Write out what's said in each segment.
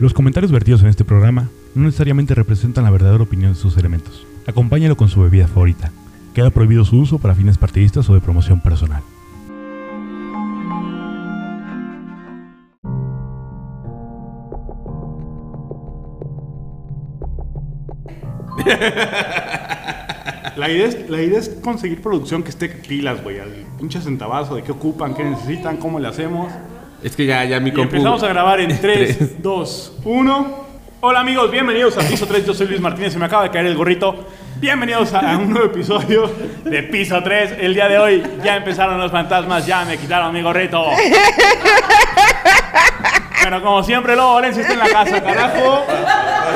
Los comentarios vertidos en este programa no necesariamente representan la verdadera opinión de sus elementos. Acompáñalo con su bebida favorita. Queda prohibido su uso para fines partidistas o de promoción personal. La idea, es, la idea es conseguir producción que esté pilas, güey, al pinche centavazo de qué ocupan, qué necesitan, cómo le hacemos. Es que ya, ya mi Y compu. empezamos a grabar en 3, 2, 1. Hola amigos, bienvenidos a Piso 3. Yo soy Luis Martínez, se me acaba de caer el gorrito. Bienvenidos a un nuevo episodio de Piso 3. El día de hoy ya empezaron los fantasmas, ya me quitaron mi gorrito. Pero como siempre, Lobo Valencia está en la casa, carajo.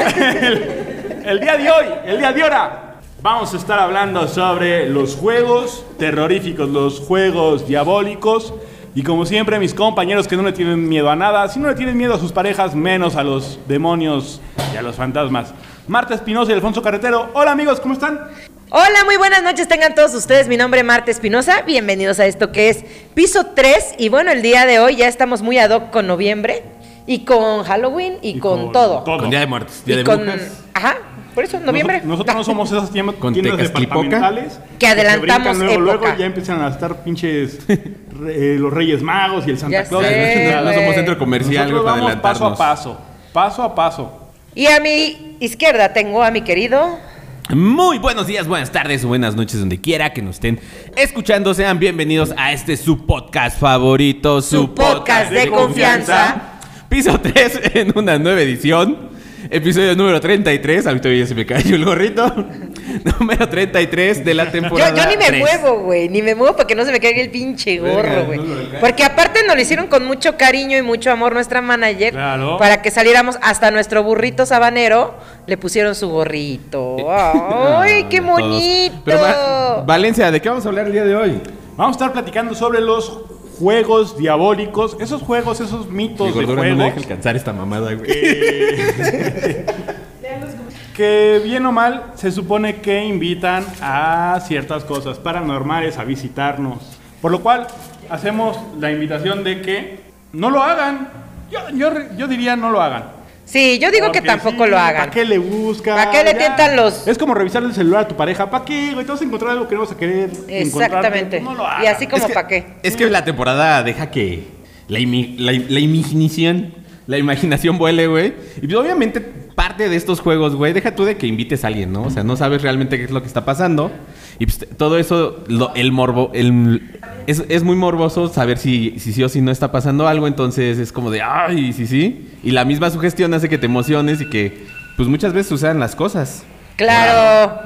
El, el día de hoy, el día de ahora, vamos a estar hablando sobre los juegos terroríficos, los juegos diabólicos. Y como siempre, mis compañeros que no le tienen miedo a nada, si no le tienen miedo a sus parejas, menos a los demonios y a los fantasmas. Marta Espinosa y Alfonso Carretero. Hola amigos, ¿cómo están? Hola, muy buenas noches tengan todos ustedes. Mi nombre es Marta Espinosa. Bienvenidos a esto que es Piso 3. Y bueno, el día de hoy ya estamos muy ad hoc con noviembre y con Halloween y, con, todo. Con Día de Muertos, Día y de con... Brujas. Ajá, por eso, noviembre. Noso- Nosotros no somos esas tiendas, Con tiendas Tecazquipoca. departamentales Que adelantamos se brincan luego, época. luego ya empiezan a estar pinches re- eh, los Reyes Magos y el Santa Ya Claus. sé, Entonces, No, no güey. somos centro comercial, Nosotros güey, para vamos paso a adelantarnos. paso, paso a paso. Y a mi izquierda tengo a mi querido. Muy buenos días, buenas tardes, buenas noches, donde quiera que nos estén escuchando. Sean bienvenidos a este su podcast favorito, su, Su podcast de Piso 3 en una nueva edición. Episodio número 33. Ahorita ya se me cayó el gorrito. número 33 de la Yo, temporada. yo ni me tres. muevo, güey. Ni me muevo para que no se me caiga el pinche Verga, gorro, güey. no lo cae. Porque aparte nos lo hicieron con mucho cariño y mucho amor nuestra manager. Claro. Para que saliéramos hasta nuestro burrito sabanero. Le pusieron su gorrito. ¡Ay, qué Ah, Todos. bonito! Pero, Va- Valencia, ¿de qué vamos a hablar el día de hoy? Vamos a estar platicando sobre los juegos diabólicos, esos juegos, esos mitos Mi de gordura no juegos me deja alcanzar esta mamada, güey. que bien o mal se supone que invitan a ciertas cosas paranormales a visitarnos. Por lo cual hacemos la invitación de que no lo hagan. Yo, yo, yo diría no lo hagan. Sí, yo digo que tampoco lo hagan. ¿Para qué le buscan? ¿Pa' qué le Ya. tientan los- Es como revisarle el celular a tu pareja. ¿Para qué? güey? Te vas a encontrar algo que no vas a querer Exactamente. encontrarte. No lo hagan. y así como Es que- para qué. Es que la temporada deja que la, imi- la- la imaginación, la imaginación vuele, güey. Y pues, obviamente parte de estos juegos, güey, deja tú de que invites a alguien, ¿no? O sea, no sabes realmente qué es lo que está pasando. Y pues, todo eso, lo- el morbo, el- es, es muy morboso saber si, si sí o si no está pasando algo. Entonces es como de, ay, sí, sí. Y la misma sugestión hace que te emociones y que, pues muchas veces sucedan las cosas. Claro.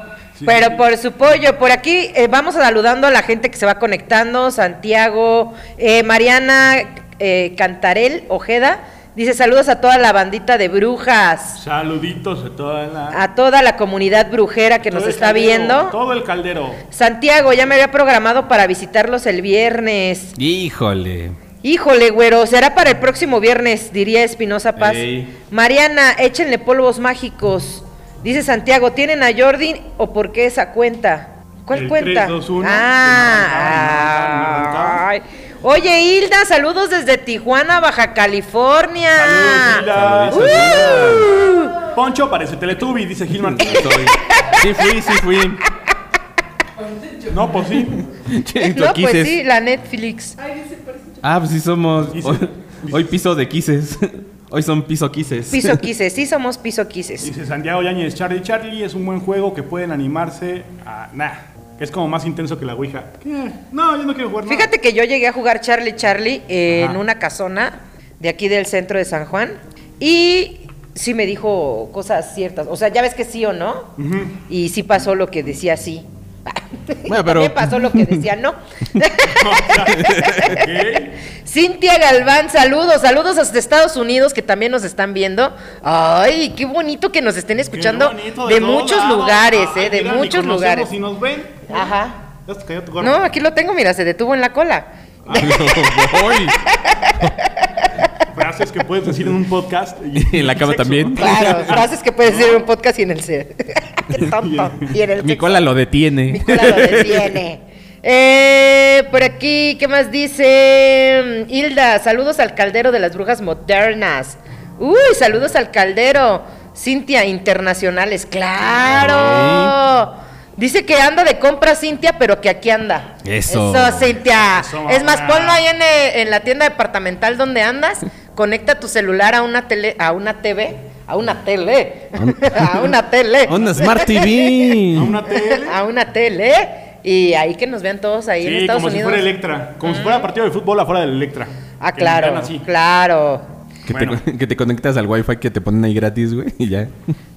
Pero por su pollo, por aquí eh, vamos saludando a la gente que se va conectando, Santiago, eh, Mariana eh, Cantarel Ojeda, dice saludos a toda la bandita de brujas, Saluditos a toda la... a toda la comunidad brujera que nos todo el está caldero, viendo. Todo el caldero. Santiago, ya me había programado para visitarlos el viernes. Híjole. Híjole, güero, será para el próximo viernes, diría Espinosa Paz. Ey. Mariana, échenle polvos mágicos. Dice Santiago, ¿tienen a Jordi o por qué esa cuenta? ¿Cuál El cuenta? 321, que no arrancaban, no ah, arrancaban, ay. Oye, Hilda, saludos desde Tijuana, Baja California. Saludos, Hilda. Saluditos, Ah. Uh. Poncho parece Teletubby, dice Gilman. Soy- Sí fui, sí fui. No, pues sí. Tú No, pues quises. sí, la Netflix. Ah, pues sí somos. Quises. Hoy, hoy piso de quises. Hoy son piso quises. Piso quises, sí somos piso quises. Dice Santiago Yáñez, Charlie Charlie es un buen juego que pueden animarse a... Nah, que es como más intenso que la Ouija. ¿Qué? No, yo no quiero jugar. no. Fíjate que yo llegué a jugar Charlie Charlie eh, Ajá. en una casona de aquí del centro de San Juan y sí me dijo cosas ciertas. O sea, ya ves que sí o no. Ujú. Y sí pasó lo que decía sí. Bueno, Bueno, pero- pasó lo que decía no. No, o sea, ¿qué? Cintia Galván, saludos, saludos hasta Estados Unidos que también nos están viendo. Ay, qué bonito que nos estén escuchando Qué bonito, de, todos muchos lados. lugares, Ay, eh, de mira, ni muchos conocemos lugares. Si nos ven. Ajá. Ya se cayó tu gorro. No, aquí lo tengo, mira, se detuvo en la cola. Ah, no, voy. Frases que puedes decir en un podcast. y- En la cama sexo. también. Claro, frases que puedes decir en un podcast y en el ser. Tonto. Y en el Mi sexo. cola lo detiene. Mi cola lo detiene. Eh, por aquí, ¿qué más dice? Hilda, saludos al caldero de las brujas modernas. Uy, saludos al caldero. Cintia Internacionales, claro. Dice que anda de compra Cintia, pero que aquí anda. Eso. Eso, Cintia. Eso, es más, mamá. ponlo ahí en, eh, en la tienda departamental donde andas. Conecta tu celular a una tele, a una TV, a una tele, a una tele. Onda Smart TV. A una tele. a una tele. Y ahí que nos vean todos ahí en Sí, Estados como si Unidos. fuera Electra. Como si fuera partido de fútbol afuera del Electra. ah, Que nos vean claro. así. Claro. Que, Bueno. te, que te conectas al wifi que te ponen ahí gratis, güey, y Eh, ya.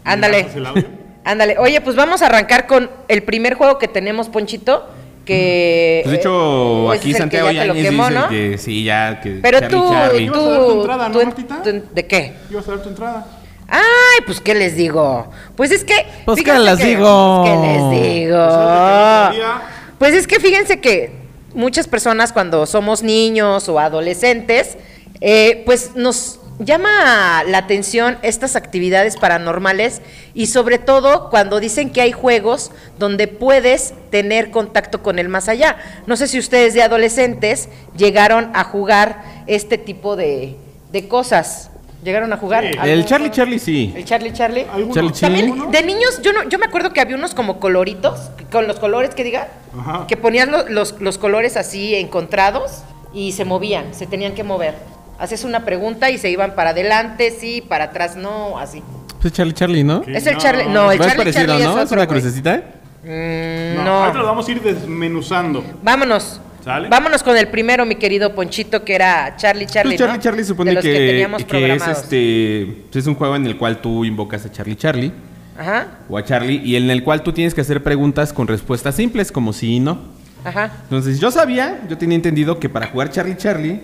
Ándale. ¿Bajas el audio? Ándale. Oye, pues vamos a arrancar con el primer juego que tenemos, Ponchito. Que. Pues de hecho, aquí eh, ese es el que Santiago ya te lo Yañez quemó, dice ¿no? que sí, ya, que Pero Charlie, tú, Charlie. Ibas a dar tu tú, entrada, ¿no, tú en- Martita? tú en- ¿De qué? Ibas a dar tu entrada. Ay, pues qué les digo. Pues es que. Pues, ¿qué fíjense les que- digo? pues, ¿Qué les Nosotros de digo? tecnología. Pues es que fíjense que muchas personas cuando somos niños o adolescentes, eh, pues nos llama la atención estas actividades paranormales y sobre todo cuando dicen que hay juegos donde puedes tener contacto con el más allá. No sé si ustedes de adolescentes llegaron a jugar este tipo de, de cosas. ¿Llegaron a jugar? Sí. El ¿Algún Charlie juego? Charlie sí. El Charlie Charlie. ¿Alguno? Charlie, Charlie. También de niños, yo no, yo me acuerdo que había unos como coloritos, que- con los colores que diga, Ajá. que ponían lo- los, los colores así encontrados y se movían, se tenían que mover. Haces una pregunta y se iban para adelante, sí, para atrás, no, así. Pues es Charlie Charlie, ¿no? Sí, es el no. Charlie, no, el Más Charlie parecido, Charlie ¿no? es Es, otro, una güey. crucecita. Mm, No, no. ahorita lo vamos a ir desmenuzando. Vámonos. ¿Sale? Vámonos con el primero, mi querido Ponchito, que era Charlie Charlie. Pues Charlie ¿no? Charlie De supone los que, que, teníamos que es programados. este pues es un juego en el cual tú invocas a Charlie Charlie Ajá, o a Charlie y en el cual tú tienes que hacer preguntas con respuestas simples como sí y no. ajá. Entonces, yo sabía, yo tenía entendido que para jugar Charlie Charlie,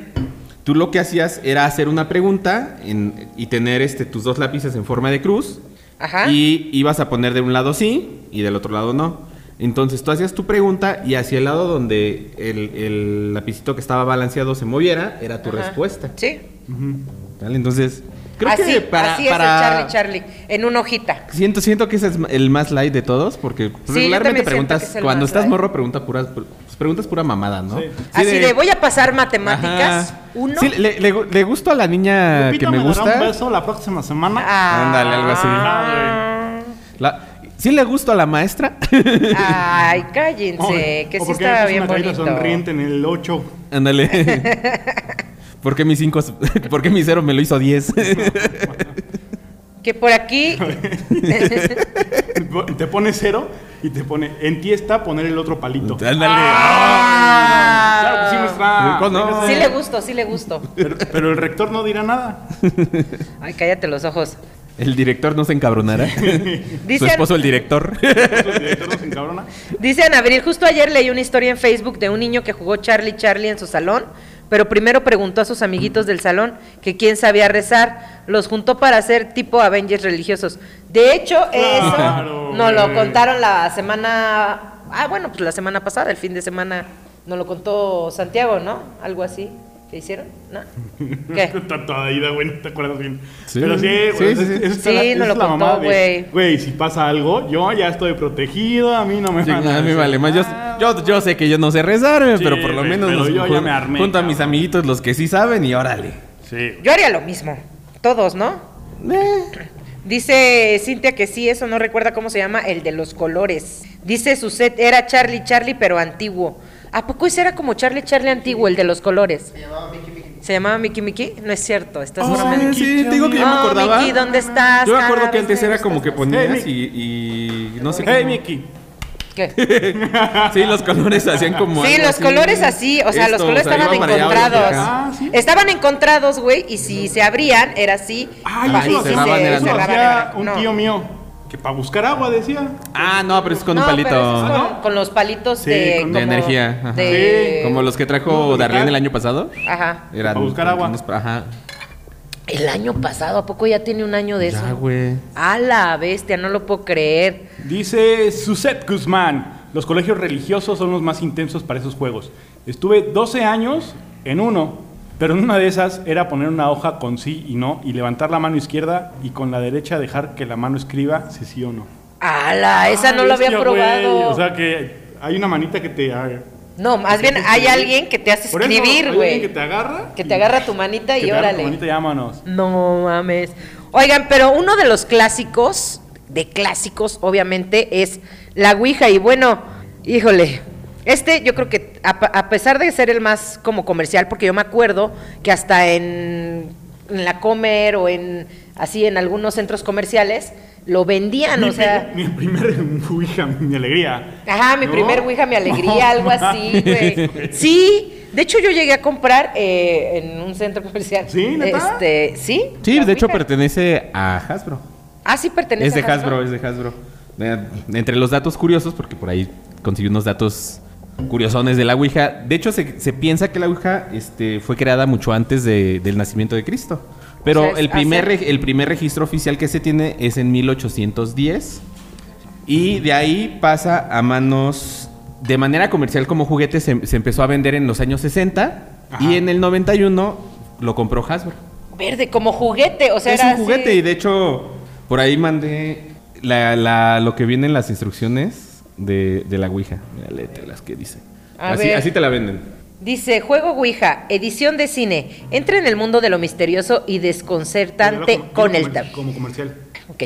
tú lo que hacías era hacer una pregunta en- y tener este, tus dos lápices en forma de cruz. Ajá. Y ibas a poner de un lado sí y del otro lado no. Entonces, tú hacías tu pregunta y hacia el lado donde el, el lapicito que estaba balanceado se moviera, era tu ajá. respuesta. Sí. ¿Vale? Entonces, creo así, que para... así es para- el Charlie Charlie, en una hojita. Siento, siento que ese es el más light de todos, porque yo regularmente también preguntas, siento que es el cuando más estás light. morro, pregunta puras, pues, preguntas pura mamada, ¿no? Sí. Sí, Así de, voy a pasar matemáticas. Ajá. Uno. Sí, le, le, le gusto a la niña Lupita Ah, que me, dará un gusta. beso la próxima semana. Ah. Ándale, algo así. Ah, La- sí le gusto a la maestra. Ah. Ay, cállense, O- que o sí porque estaba haces bien una carita bonito. sonriente en el 8. Ándale. ¿Por qué mi 5? ¿Por qué mi 0 me lo hizo 10? Que por aquí, te pone cero y te pone en ti está poner el otro palito. Ándale. Ah. Claro que sí, maestra. ¿Cómo no? sí le gusto, sí le gusto. Pero, pero el rector no dirá nada. Ay, cállate los ojos. El director no se encabronará. Su Dicen, esposo, el director. El director no se encabrona. dice en abril, justo ayer leí una historia en Facebook de un niño que jugó Charlie Charlie en su salón, pero primero preguntó a sus amiguitos del salón que quién sabía rezar. Los juntó para hacer tipo Avengers religiosos. De hecho, eso Ah, Claro, nos lo güey. contaron la semana. Ah, bueno, pues la semana pasada, el fin de semana, nos lo contó Santiago, ¿no? Algo así. ¿Qué hicieron? ¿No? ¿Qué? Está toda ida, güey, no te acuerdas bien. Sí. Pero sí, güey. eso Sí, sí, es- sí. eso está la- Sí, nos esa lo es la contó, mamada de, güey. Güey, si pasa algo, yo ya estoy protegido, a mí no me Sí, van a mí decir vale más. Yo, nada. yo, yo sé que yo no sé rezarme, Sí, pero por lo güey, menos pero los- yo ya me armé, junto a mis cabrón. amiguitos, los que sí saben, y órale. Sí, güey. Yo haría lo mismo. Todos, ¿no? Eh, Dice Cintia que sí, eso no recuerda cómo se llama, el de los colores. Dice su set era Charlie Charlie, pero antiguo. ¿A poco ese era como Charlie Charlie antiguo, el de los colores? Se llamaba Mickey Mickey. No es cierto, estás Oh, bromeando. sí, te digo que yo me Oh, acordaba. Mickey, ¿dónde estás? Yo me Cada acuerdo que vez antes me era gustas como que más. Hey, ponías y, y no sé Hey, cómo. Mickey. ¿Qué? Sí, los colores hacían como. Sí, algo los así. colores así, o sea, los Esto, colores o sea, estaban iba para allá, iba para encontrados. acá. Ah, sí. Estaban encontrados, güey, y si se abrían, era así. Ay, Ah, eso lo y se hacía, cerraban, eso lo cerraban, hacía cerraban. un No. tío mío. Que para buscar agua decía. Ah, no, pero es con No, un palito. pero eso ¿Ah, es con, no? con los palitos Sí, de, con- De como- energía, ajá. de- Sí. Como los que No, trajo Darlene el año pasado. Ajá. Eran Para buscar agua. unos- Ajá. El año pasado, ¿a poco ya tiene un año de Ya, eso? güey. A la bestia, no lo puedo creer. Dice Suset Guzmán, los colegios religiosos son los más intensos para esos juegos. Estuve 12 años en uno, pero en una de esas era poner una hoja con sí y no y levantar la mano izquierda y con la derecha dejar que la mano escriba si sí o no. Ala, esa no Ah, la había bestia, güey. probado. O sea que hay una manita que te ah, No, más bien hay alguien que te hace Por eso, escribir, hay alguien que güey. te agarra. Que te agarra tu manita que y te agarra tu órale. manita y vámonos. No mames. Oigan, pero uno de los clásicos, de clásicos, obviamente, es la Ouija. Y bueno, híjole, este yo creo que a, pa- a pesar de ser el más como comercial, porque yo me acuerdo que hasta en, en la Comer o en así en algunos centros comerciales lo vendían, mi, o sea. mi- mi primer Ouija, mi alegría. Ajá, mi ¿No? primer Ouija, mi alegría, No, algo así, güey. Sí, de hecho yo llegué a comprar eh, en un centro comercial. ¿Sí, neta? Este, sí. Sí, la de hecho Ouija. pertenece a Hasbro. Ah, sí pertenece Es de a Hasbro. Hasbro, es de Hasbro. Eh, Entre los datos curiosos, porque por ahí conseguí unos datos curiosones de la Ouija. De hecho, se, se piensa que la Ouija este, fue creada mucho antes de- del nacimiento de Cristo. Pero O sea, es el, primer, hace- re- el primer registro oficial que se tiene es en 1810. Y de ahí pasa a manos... De manera comercial como juguete se, se empezó a vender en los años 60. Ajá. Y en el 91 lo compró Hasbro Verde, como juguete, o sea, es era un juguete así. y de hecho por ahí mandé la- la- lo que vienen las instrucciones de, de la Ouija. Mira, léete las que dice. A Así, ver. así te la venden. Dice, juego Ouija, edición de cine. Entra en el mundo de lo misterioso y desconcertante Como- con el como- tab. Como comercial. Ok.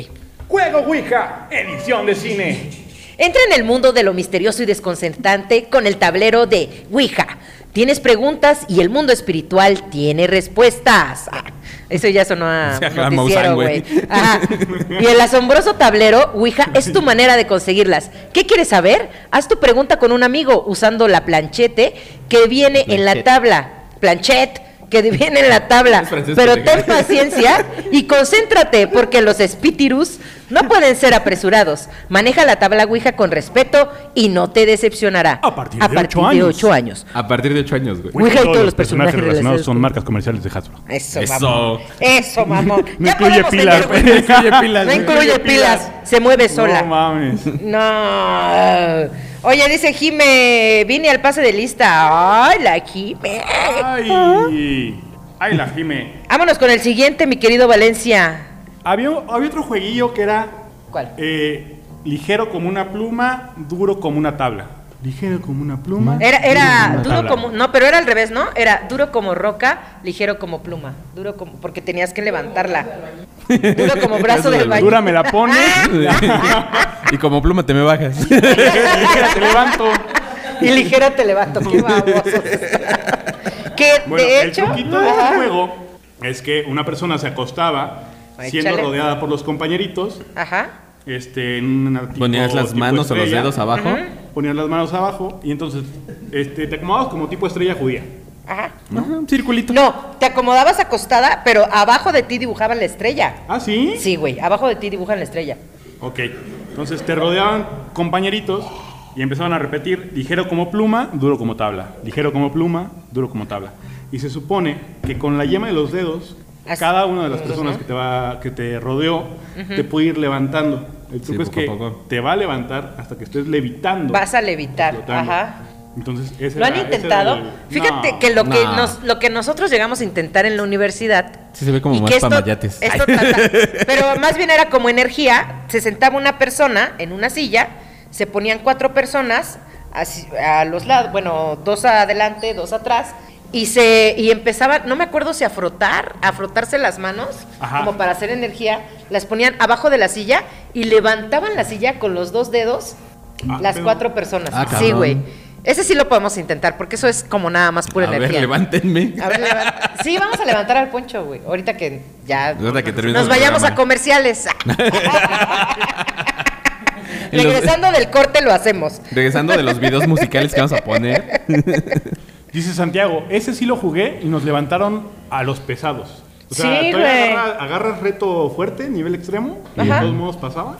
Juego Ouija, edición de cine. Entra en el mundo de lo misterioso y desconcertante con el tablero de Ouija. Tienes preguntas y el mundo espiritual tiene respuestas. Ah, eso ya sonó a O sea, a noticiero, Maussan, güey. güey. Ajá. Y el asombroso tablero Ouija es tu manera de conseguirlas. ¿Qué quieres saber? Haz tu pregunta con un amigo usando la planchete que viene en la Planchette. tabla. Planchet que viene en la tabla. Es francés, Pero pendeja. ten paciencia y concéntrate, porque los espíritus no pueden ser apresurados. Maneja la tabla Ouija con respeto y no te decepcionará. A partir de ocho años. ocho años. A partir de 8 años, güey. Ouija y todos los personajes relacionados relacionados son con- marcas comerciales de Hasbro. Eso, Eso. mamón. Eso, mamón. No Ya incluye podemos pilas, tener- güey. Incluye pilas, No güey. incluye pilas. Se mueve sola. No mames. No. Oye, dice Jime, vine al pase de lista. Ay, la Jime. Ay. Ay, la Jime. Vámonos con el siguiente, mi querido Valencia. Había, había otro jueguillo que era ¿Cuál? eh, ligero como una pluma, duro como una tabla. Ligero como una pluma. Era, era una duro tabla. como, no, pero era al revés, ¿no? Era duro como roca, ligero como pluma, duro como, porque tenías que levantarla. Duro como brazo de baño. Dura me la pones, y como pluma te me bajas. ligera te levanto. Y ligera te levanto, qué babosos. que Bueno, de el hecho, truquito de Ajá. este juego es que una persona se acostaba Ay, siendo chale. rodeada por los compañeritos, Ajá. este, en una tipo- Ponías las tipo manos o los estrella, dedos abajo. Ponías las manos abajo y entonces este, te acomodabas como tipo estrella judía. Ajá. Ajá, un circulito. No, te acomodabas acostada, pero abajo de ti dibujaban la estrella. ¿Ah, sí? Sí, güey, abajo de ti dibujan la estrella. Ok. Entonces te rodeaban compañeritos y empezaban a repetir ligero como pluma, duro como tabla. Ligero como pluma, duro como tabla. Y se supone que con la yema de los dedos, Así. cada una de las Ujú. personas que te, va, que te rodeó te puede ir levantando. El Sí, truco es poco a que poco. te va a levantar hasta que estés levitando. Vas a levitar. flotando. Ajá. Entonces, ese ¿Lo han era- ese intentado? era el- Fíjate No. que, lo que, No. nos, lo que nosotros llegamos a intentar en la universidad. Sí se ve como y más que esto- pamayates. esto trata- pero más bien era como energía. Se sentaba una persona en una silla, se ponían cuatro personas así- a los lados, bueno, dos adelante, dos atrás. Y, se, y empezaban, no me acuerdo si a frotar, a frotarse las manos, Ajá. como para hacer energía, las ponían abajo de la silla y levantaban la silla con los dos dedos, Ah, las pero- cuatro personas. Ah, sí, cabrón. güey. Ese sí lo podemos intentar, porque eso es como nada más pura a ver, energía. levántenme. A ver, levanta. Sí, vamos a levantar al poncho, güey. Ahorita que ya Ahorita que termine nos el vayamos programa. a comerciales. En los- Regresando del corte lo hacemos. Regresando de los videos musicales que vamos a poner. Dice Santiago, ese sí lo jugué y nos levantaron a los pesados. O sea, todavía Sí, güey. agarra- agarras reto fuerte, nivel extremo, y de Ajá. todos modos pasaba.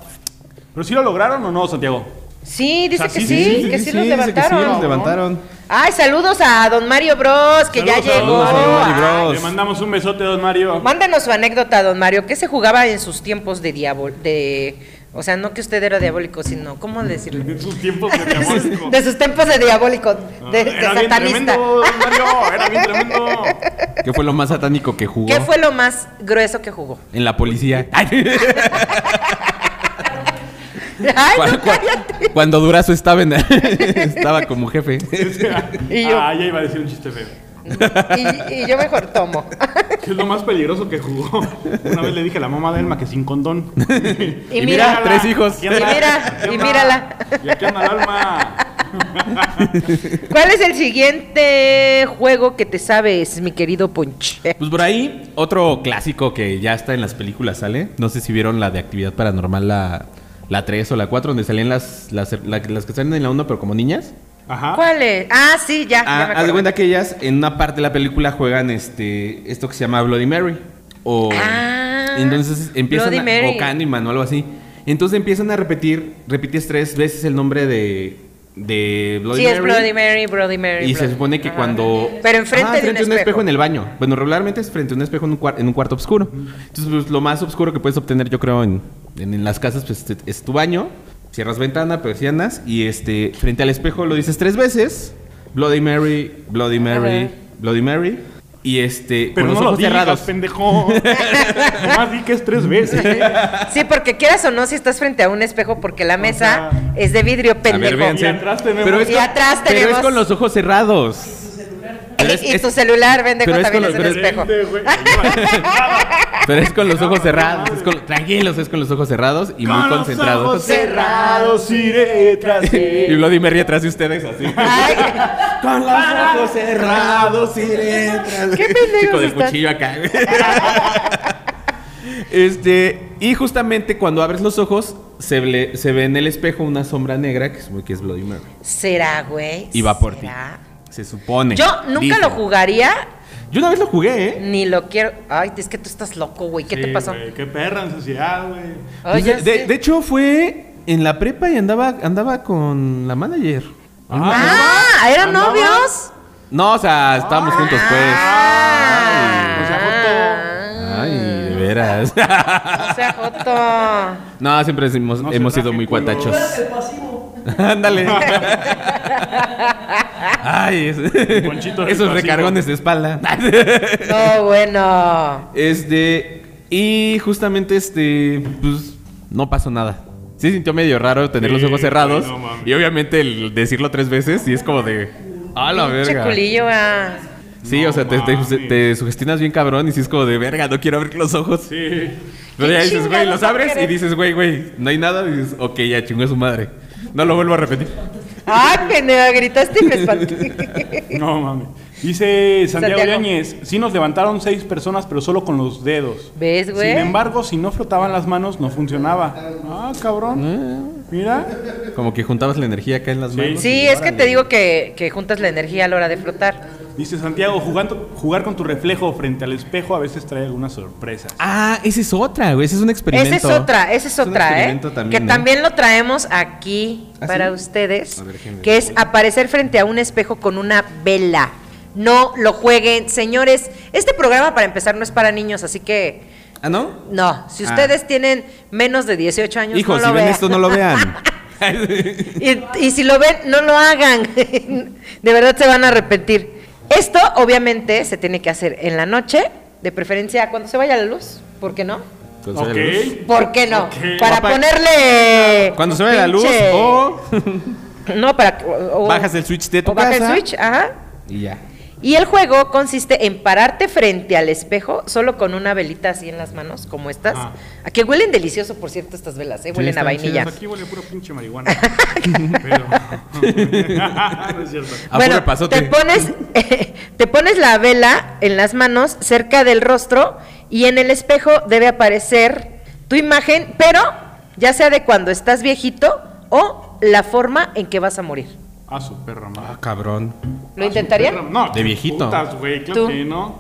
Pero sí lo lograron o no, Santiago. Sí, dice O sea, que sí, sí, sí, sí, que sí, sí, sí, los dice que sí, levantaron. los levantaron. Ay, saludos a don Mario Bros, que ya Saludos a llegó. don Mario, Mario Bros. Ay, Le mandamos un besote, don Mario. Mándanos su anécdota, don Mario. ¿Qué se jugaba en sus tiempos de diabol de o sea, no que usted era diabólico, sino ¿cómo decirlo? En sus tiempos de diabólico. De sus tiempos de diabólico, Ah. de, de era bien satanista. tremendo, don Mario. Era bien tremendo. ¿Qué fue lo más satánico que jugó? ¿Qué fue lo más grueso que jugó? En la policía. Ay. Ay, Cu- no, cu- cállate. cuando Durazo estaba, en- estaba como jefe. Y yo. Ah, ya iba a decir un chiste feo. Y, y yo mejor tomo. Que es lo más peligroso que jugó. Una vez le dije a la mamá de Elma que sin condón. Y, Y mira, mira, tres hijos. Aquí Y anda- mira, aquí y anda- mírala. Y aquí anda el alma. ¿cuál es el siguiente juego que te sabes, mi querido Punch? Pues por ahí, otro clásico que ya está en las películas, ¿sale? No sé si vieron la de Actividad Paranormal, la, la 3 o la 4, donde salían las, las, la- las que salen en la 1, pero como niñas. Ajá. ¿Cuál es? Ah, sí, Ah, ya. ya me haz de acordé. cuenta que ellas en una parte de la película juegan este esto que se llama Bloody Mary. O Ah, entonces empiezan Bloody a- Mary. o Candyman o algo así. Entonces empiezan a repetir, repites tres veces el nombre de, de Bloody sí, Mary. es Bloody Mary, Bloody Mary. Y se Bloody- supone que Ajá. cuando... Ah, Pero enfrente Ajá, de frente a un espejo. en el baño. Bueno, regularmente es frente a un espejo en un, cuar- en un cuarto oscuro. Entonces, pues, lo más oscuro que puedes obtener, yo creo, en, en- en las casas, pues, te- es tu baño. Cierras ventana, persianas y este, frente al espejo lo dices tres veces. Bloody Mary, Bloody Mary, Ajá. Bloody Mary. Y este, Pero no con los lo ojos digas, cerrados. pendejo. Nomás di que es tres veces. Sí, porque quieras o no, si estás frente a un espejo, porque la mesa Ajá. es de vidrio, A ver, pendejo. véanse. Y atrás tenemos- Pero es Y con- atrás pero es tenemos- con los ojos cerrados. Pero es- y es- tu celular, pendejo, pero es también con es los- un pero es- espejo. Vende, güey. Lleva- Pero es con los ojos cerrados. es con- tranquilos, es con los ojos cerrados y muy Con los concentrados. ojos cerrados iré tras él. Y Bloody Mary atrás de ustedes, así. Ay, Con los ojos cerrados y letras. Qué pendejos Con el están. cuchillo acá. este, y justamente cuando abres los ojos, se, ble- se ve en el espejo una sombra negra que es, que es Bloody Mary. será, güey. Y va por ti. ¿Será? Se supone. Yo nunca Dicen. lo jugaría, Yo una vez lo jugué, ¿eh? ni lo quiero. Ay, es que tú estás loco, güey. ¿Qué te Sí, pasó? güey, qué perra en sociedad, güey. Ay, Pues de, ya de- sé. de hecho, fue en la prepa y andaba, andaba con la manager. ah, ¿eran ¿Andaba? novios? No, o sea, estábamos juntos, pues. Ah, o sea, joto. Ay, de veras. O Ah, sea, Joto. No, siempre hemos, No se hemos sido traje muy culo. cuatachos. Ándale. Ay, es- Ponchito era el esos pasivo. recargones de espalda. No, bueno. este, y justamente este, pues no pasó nada. Sí sintió medio raro tener Sí, los ojos cerrados güey, no mames. y obviamente el decirlo tres veces y es como de a la Pinche verga. culillo, ah. Sí, No o sea, te, te- mames. te sugestionas bien cabrón y sí es como de verga, no quiero abrir los ojos. Sí. Pero ya ¿Qué dices, güey, chingados los va a abres y querer? dices, güey, güey, no hay nada. Y dices, ok, ya chingó su madre. No lo vuelvo a repetir. Ay, pendejo, gritaste y me espanté. No mames. Dice Santiago, Santiago. Yáñez, sí nos levantaron seis personas, pero solo con los dedos. ¿Ves, güey? Sin embargo, si no flotaban las manos, no funcionaba. Ah, Eh. cabrón. Mira. Como que juntabas la energía acá en las Sí. manos. Sí, es que te digo que, que juntas la energía a la hora de flotar. Dice Santiago, jugando, jugar con tu reflejo frente al espejo a veces trae algunas sorpresas. Ah, esa es otra, güey. Esa es un experimento. Esa es otra, esa es un otra, ¿eh? experimento que ¿eh? también lo traemos aquí ¿Ah, para sí? ustedes, A ver, déjenme que es ver. aparecer frente a un espejo con una vela. No lo jueguen, señores. Este programa para empezar no es para niños, así que ¿Ah, no? no, si Ah. ustedes tienen menos de 18 años, Hijo, no lo si ven vean. esto, no lo vean. Y, y si lo ven, no lo hagan. De verdad se van a arrepentir. Esto obviamente se tiene que hacer en la noche, de preferencia cuando se vaya la luz, ¿por qué no? Ok. ¿Por qué no? Ok. Para Papá, ponerle Cuando se ve la luz pinche- o no para o- o- bajas el switch de tu o baja casa. el switch, ajá. y ya. Y el juego consiste en pararte frente al espejo solo con una velita así en las manos, como estas. Ah. A que huelen delicioso, por cierto, estas velas, Sí, ¿eh? Huelen a están vainilla. Pues Aquí huele puro pinche marihuana. Pero... no es cierto. A bueno, puro pasote. te pones, te pones la vela en las manos, cerca del rostro, y en el espejo debe aparecer tu imagen, pero ya sea de cuando estás viejito o la forma en que vas a morir. A su perra madre. Ah, cabrón. ¿Lo intentaría? Perra- No, De viejito. Putas, güey, claro Tú. que no.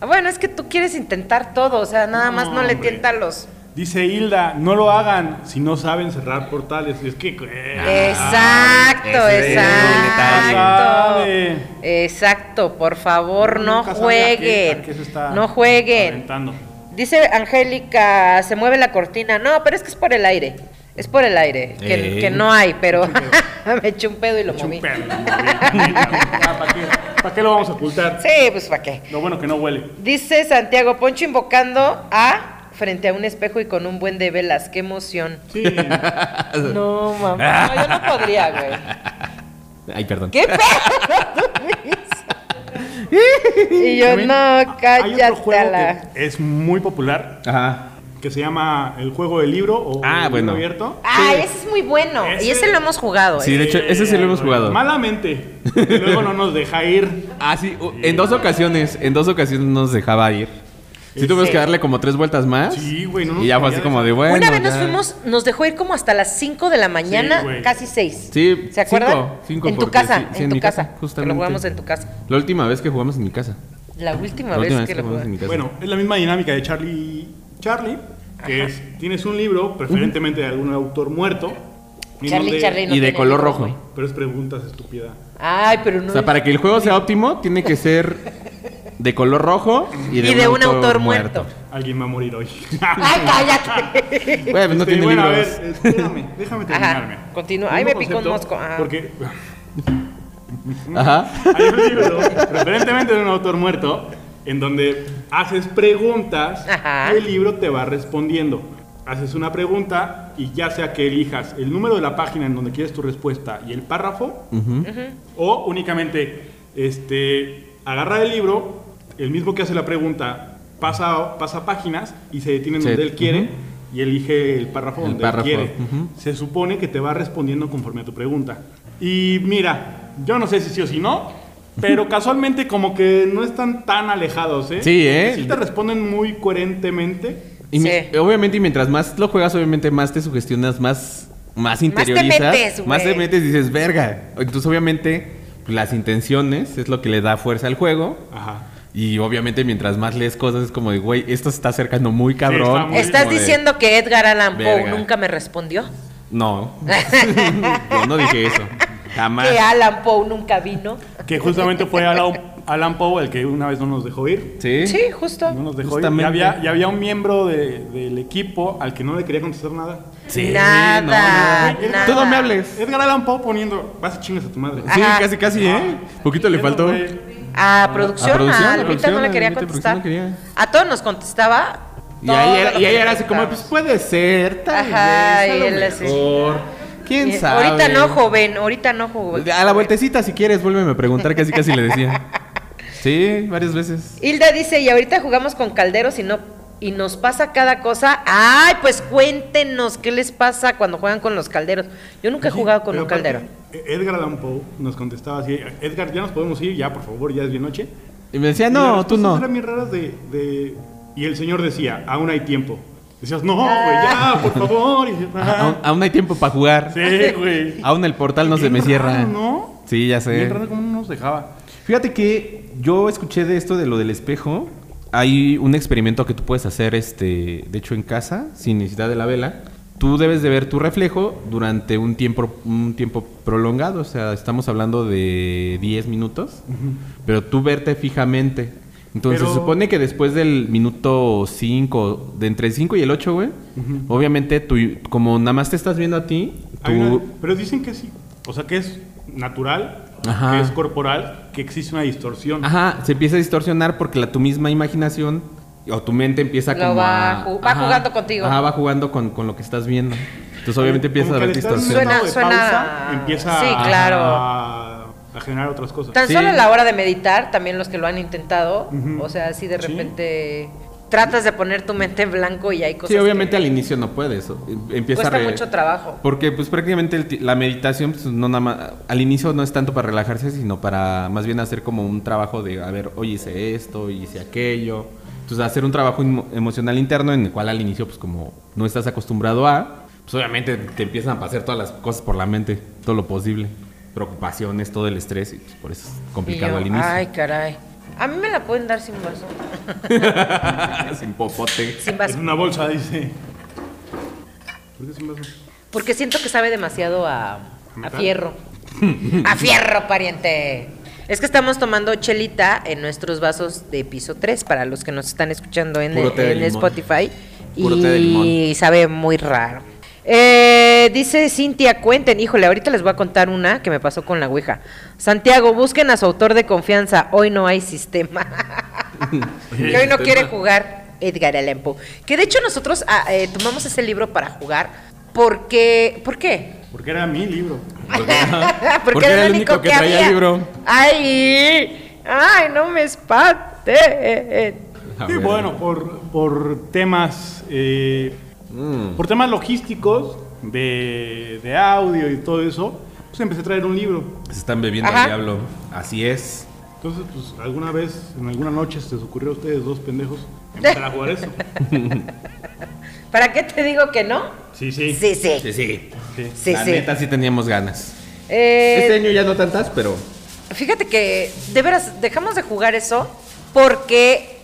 Ah, Bueno, es que tú quieres intentar todo, o sea, nada más no, No, le hombre. tientan los. Dice Hilda, no lo hagan si no saben cerrar portales. Es que... güey, Exacto, ese es el exacto. detalle. Exacto, por favor, no nunca sabe a qué- a jueguen. qué se está No jueguen. aventando. Dice Angélica, se mueve la cortina. No, pero es que es por el aire. Es por el aire, que, Eh. que no hay, pero me eché un pedo y lo Echa un moví. pedo, güey, la neta. Ah, ¿Para qué? ¿Para qué lo vamos a ocultar? Sí, pues para qué. Lo bueno que no huele. Dice Santiago Poncho invocando a frente a un espejo y con un buen de velas. ¡Qué emoción! Sí. No, mamá. No, yo no podría, güey. Ay, perdón. ¡Qué pedo! y yo, También no, Hay otro cállate a juego la... que es muy popular, Ajá. que se llama el juego del libro o Ah, el libro bueno. abierto. Ay, Ah, ese es muy bueno. Y Ese- ese lo hemos jugado. Sí, ¿eh? de hecho, ese sí lo hemos jugado. Malamente. Y luego no nos deja ir. Ah, sí, u- en dos ocasiones, en dos ocasiones nos dejaba ir. Sí, tuvimos Sí. que darle como tres vueltas más. Sí, güey, no nos Y ya fue quería así como de dejar. bueno. Una vez nos ya. fuimos, nos dejó ir como hasta las 5 de la mañana, güey. casi 6. Sí, ¿Se acuerdan? cinco, cinco, en tu porque casa, sí, sí, en, tu mi casa. que justamente. Lo jugamos en tu casa. La última vez que jugamos en mi casa. La última La vez última vez que que lo jugamos en mi jugamos. casa. Bueno, es la misma dinámica de Charlie Charlie, que es tienes un libro, preferentemente de algún autor muerto. y no Charlie, de- Charlie. no y de tiene color libro, rojo. güey. Pero es preguntas estúpidas. Ay, pero no. O sea, para que el juego sea óptimo, tiene que ser de color rojo y de, y de un autor muerto. Alguien va a morir hoy. Ay, cállate. Güey, pues no Este, tiene bueno, a ver, libros. espérame, déjame terminarme. continúa. Ay, me Mismo picó un concepto, mosco, ajá. Porque Ajá. hay un libro, preferentemente de un autor muerto, en donde haces preguntas Ajá. y el libro te va respondiendo. Haces una pregunta y ya sea que elijas el número de la página en donde quieres tu respuesta y el párrafo, o únicamente este, agarra el libro, el mismo que hace la pregunta, pasa, pasa páginas y se detiene en Se- donde él quiere. ujú. Y elige el párrafo El donde párrafo, quiere. ujú. Se supone que te va respondiendo conforme a tu pregunta. Y mira, yo no sé si sí o si no, pero casualmente como que no están tan alejados, ¿eh? Sí, ¿eh? Porque Sí te responden muy coherentemente. Y Sí. mi- obviamente, y mientras más lo juegas, obviamente más te sugestionas, más, más interiorizas. metes, güey. más te metes y dices, verga. Entonces, obviamente, pues, las intenciones es lo que le da fuerza al juego. Ajá. Y obviamente, mientras más lees cosas, es como de, güey, esto se está acercando muy está cabrón. muy- ¿Estás Como de, diciendo que Edgar Allan Poe Verga. nunca me respondió? No. Yo no dije eso. Jamás. Que Alan Poe nunca vino. Que justamente fue Alan, Alan Poe el que una vez no nos dejó ir. ¿Sí? Sí, justo. No nos dejó Justamente. ir. Y había, y había un miembro de- del equipo al que no le quería contestar nada. Sí, Nada, nada. Tú no me hables. Edgar Allan Poe poniendo, vas a chingas a tu madre. Sí, Ajá. casi, casi, ¿eh? Poquito Ah, le faltó. Güey, A A producción, producción, a, a Lupita producción, no le a quería Lupita, contestar. producción no A todos nos contestaba. Y todo ahí lo era, que y ahí le era así como, pues preguntábamos. puede ser, tal Ajá, vez, a y lo él así. mejor. ¿Quién Eh, sabe? Ahorita no, joven, ahorita no, joven. A la vueltecita, si quieres, vuélveme a preguntar, casi casi le decía. Sí, varias veces. Hilda dice, y ahorita jugamos con calderos y no y nos pasa cada cosa. Ay, pues cuéntenos qué les pasa cuando juegan con los calderos. Yo nunca he jugado con pero un aparte, caldero. Edgar Allan Poe nos contestaba así, Edgar, ya nos podemos ir, ya por favor, ya es bien noche. Y me decía, Y las no, tú respuestas no. Eran bien raras de, de- Y el señor decía, aún hay tiempo. Decías, no, güey, Ah. ya, por favor. Y, A- Aún, ah, aún hay tiempo para jugar. sí, güey. Aún el portal no se Bien me raro, cierra. ¿no? Sí, ya sé. Bien raro cómo no nos dejaba. Fíjate que yo escuché de esto de lo del espejo. Hay un experimento que tú puedes hacer, este, de hecho en casa, sin necesidad de la vela. Tú debes de ver tu reflejo durante un tiempo, un tiempo prolongado, o sea, estamos hablando de 10 minutos, pero tú verte fijamente. Entonces, Pero- se supone que después del minuto 5, de entre el 5 y el 8, güey, obviamente tú, como nada más te estás viendo a ti, tú... Hay una- pero dicen que sí. O sea, que es natural, Ajá. que es corporal, que existe una distorsión. Ajá, se empieza a distorsionar porque la, tu misma imaginación o tu mente empieza Lo como va a- ju- va jugando contigo. Ajá, va jugando con, con lo que estás viendo. Entonces pues, obviamente Como empieza a que haber le estás distorsión. Suena- dando de suena- pausa, empieza Sí, a- claro. a, a generar otras cosas. Tan Sí. solo a la hora de meditar, también los que lo han intentado, Ujú. o sea, así de Sí. repente tratas de poner tu mente en blanco y hay cosas Sí, obviamente que al inicio no puedes. o- em, Empieza cuesta a re- mucho trabajo. Porque pues prácticamente el ti- la meditación pues, no nada más, al inicio no es tanto para relajarse, sino para más bien hacer como un trabajo de, a ver, hoy hice esto, hoy hice aquello. Entonces hacer un trabajo emo- emocional interno en el cual al inicio pues como no estás acostumbrado a, pues obviamente te empiezan a pasar todas las cosas por la mente, todo lo posible. Preocupaciones, todo el estrés, y pues, por eso es Y complicado yo, al inicio. Ay, caray. A mí me la pueden dar sin vaso. Sin popote. Sin Es vaso. una bolsa, dice. ¿Por qué es un vaso? Porque siento que sabe demasiado a, a ¿Metal? fierro. a fierro, pariente. Es que estamos tomando chelita en nuestros vasos de piso 3 para los que nos están escuchando en, Puro té de en limón. Spotify. Puro té de Y limón. sabe muy raro. Eh, dice Cintia, cuenten, híjole, ahorita les voy a contar una que me pasó con la Ouija. Santiago, Este busquen a su autor de confianza, hoy no hay sistema. que hoy no quiere jugar. Edgar Allan Poe. Que de hecho nosotros ah, eh, tomamos ese libro para jugar porque... ¿Por qué? Porque era mi libro. Pues Porque era el único que traía había. libro. ¡Ay! ¡Ay, no me espate! A Y ver. bueno, por, por temas eh, Mm. por temas logísticos de, de audio y todo eso, pues empecé a traer un libro. Se están bebiendo Ajá. al diablo. Así es. Entonces, pues alguna vez, en alguna noche se les ocurrió a ustedes dos pendejos empezar a jugar eso. ¿Para qué te digo que no? Sí, sí. Sí, sí. Sí, sí. Sí. Sí, La sí. neta sí teníamos ganas. Eh, Este año ya no tantas, pero. Fíjate que de veras dejamos de jugar eso porque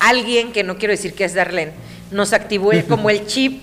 alguien que no quiero decir que es Darlene nos activó el- como el chip,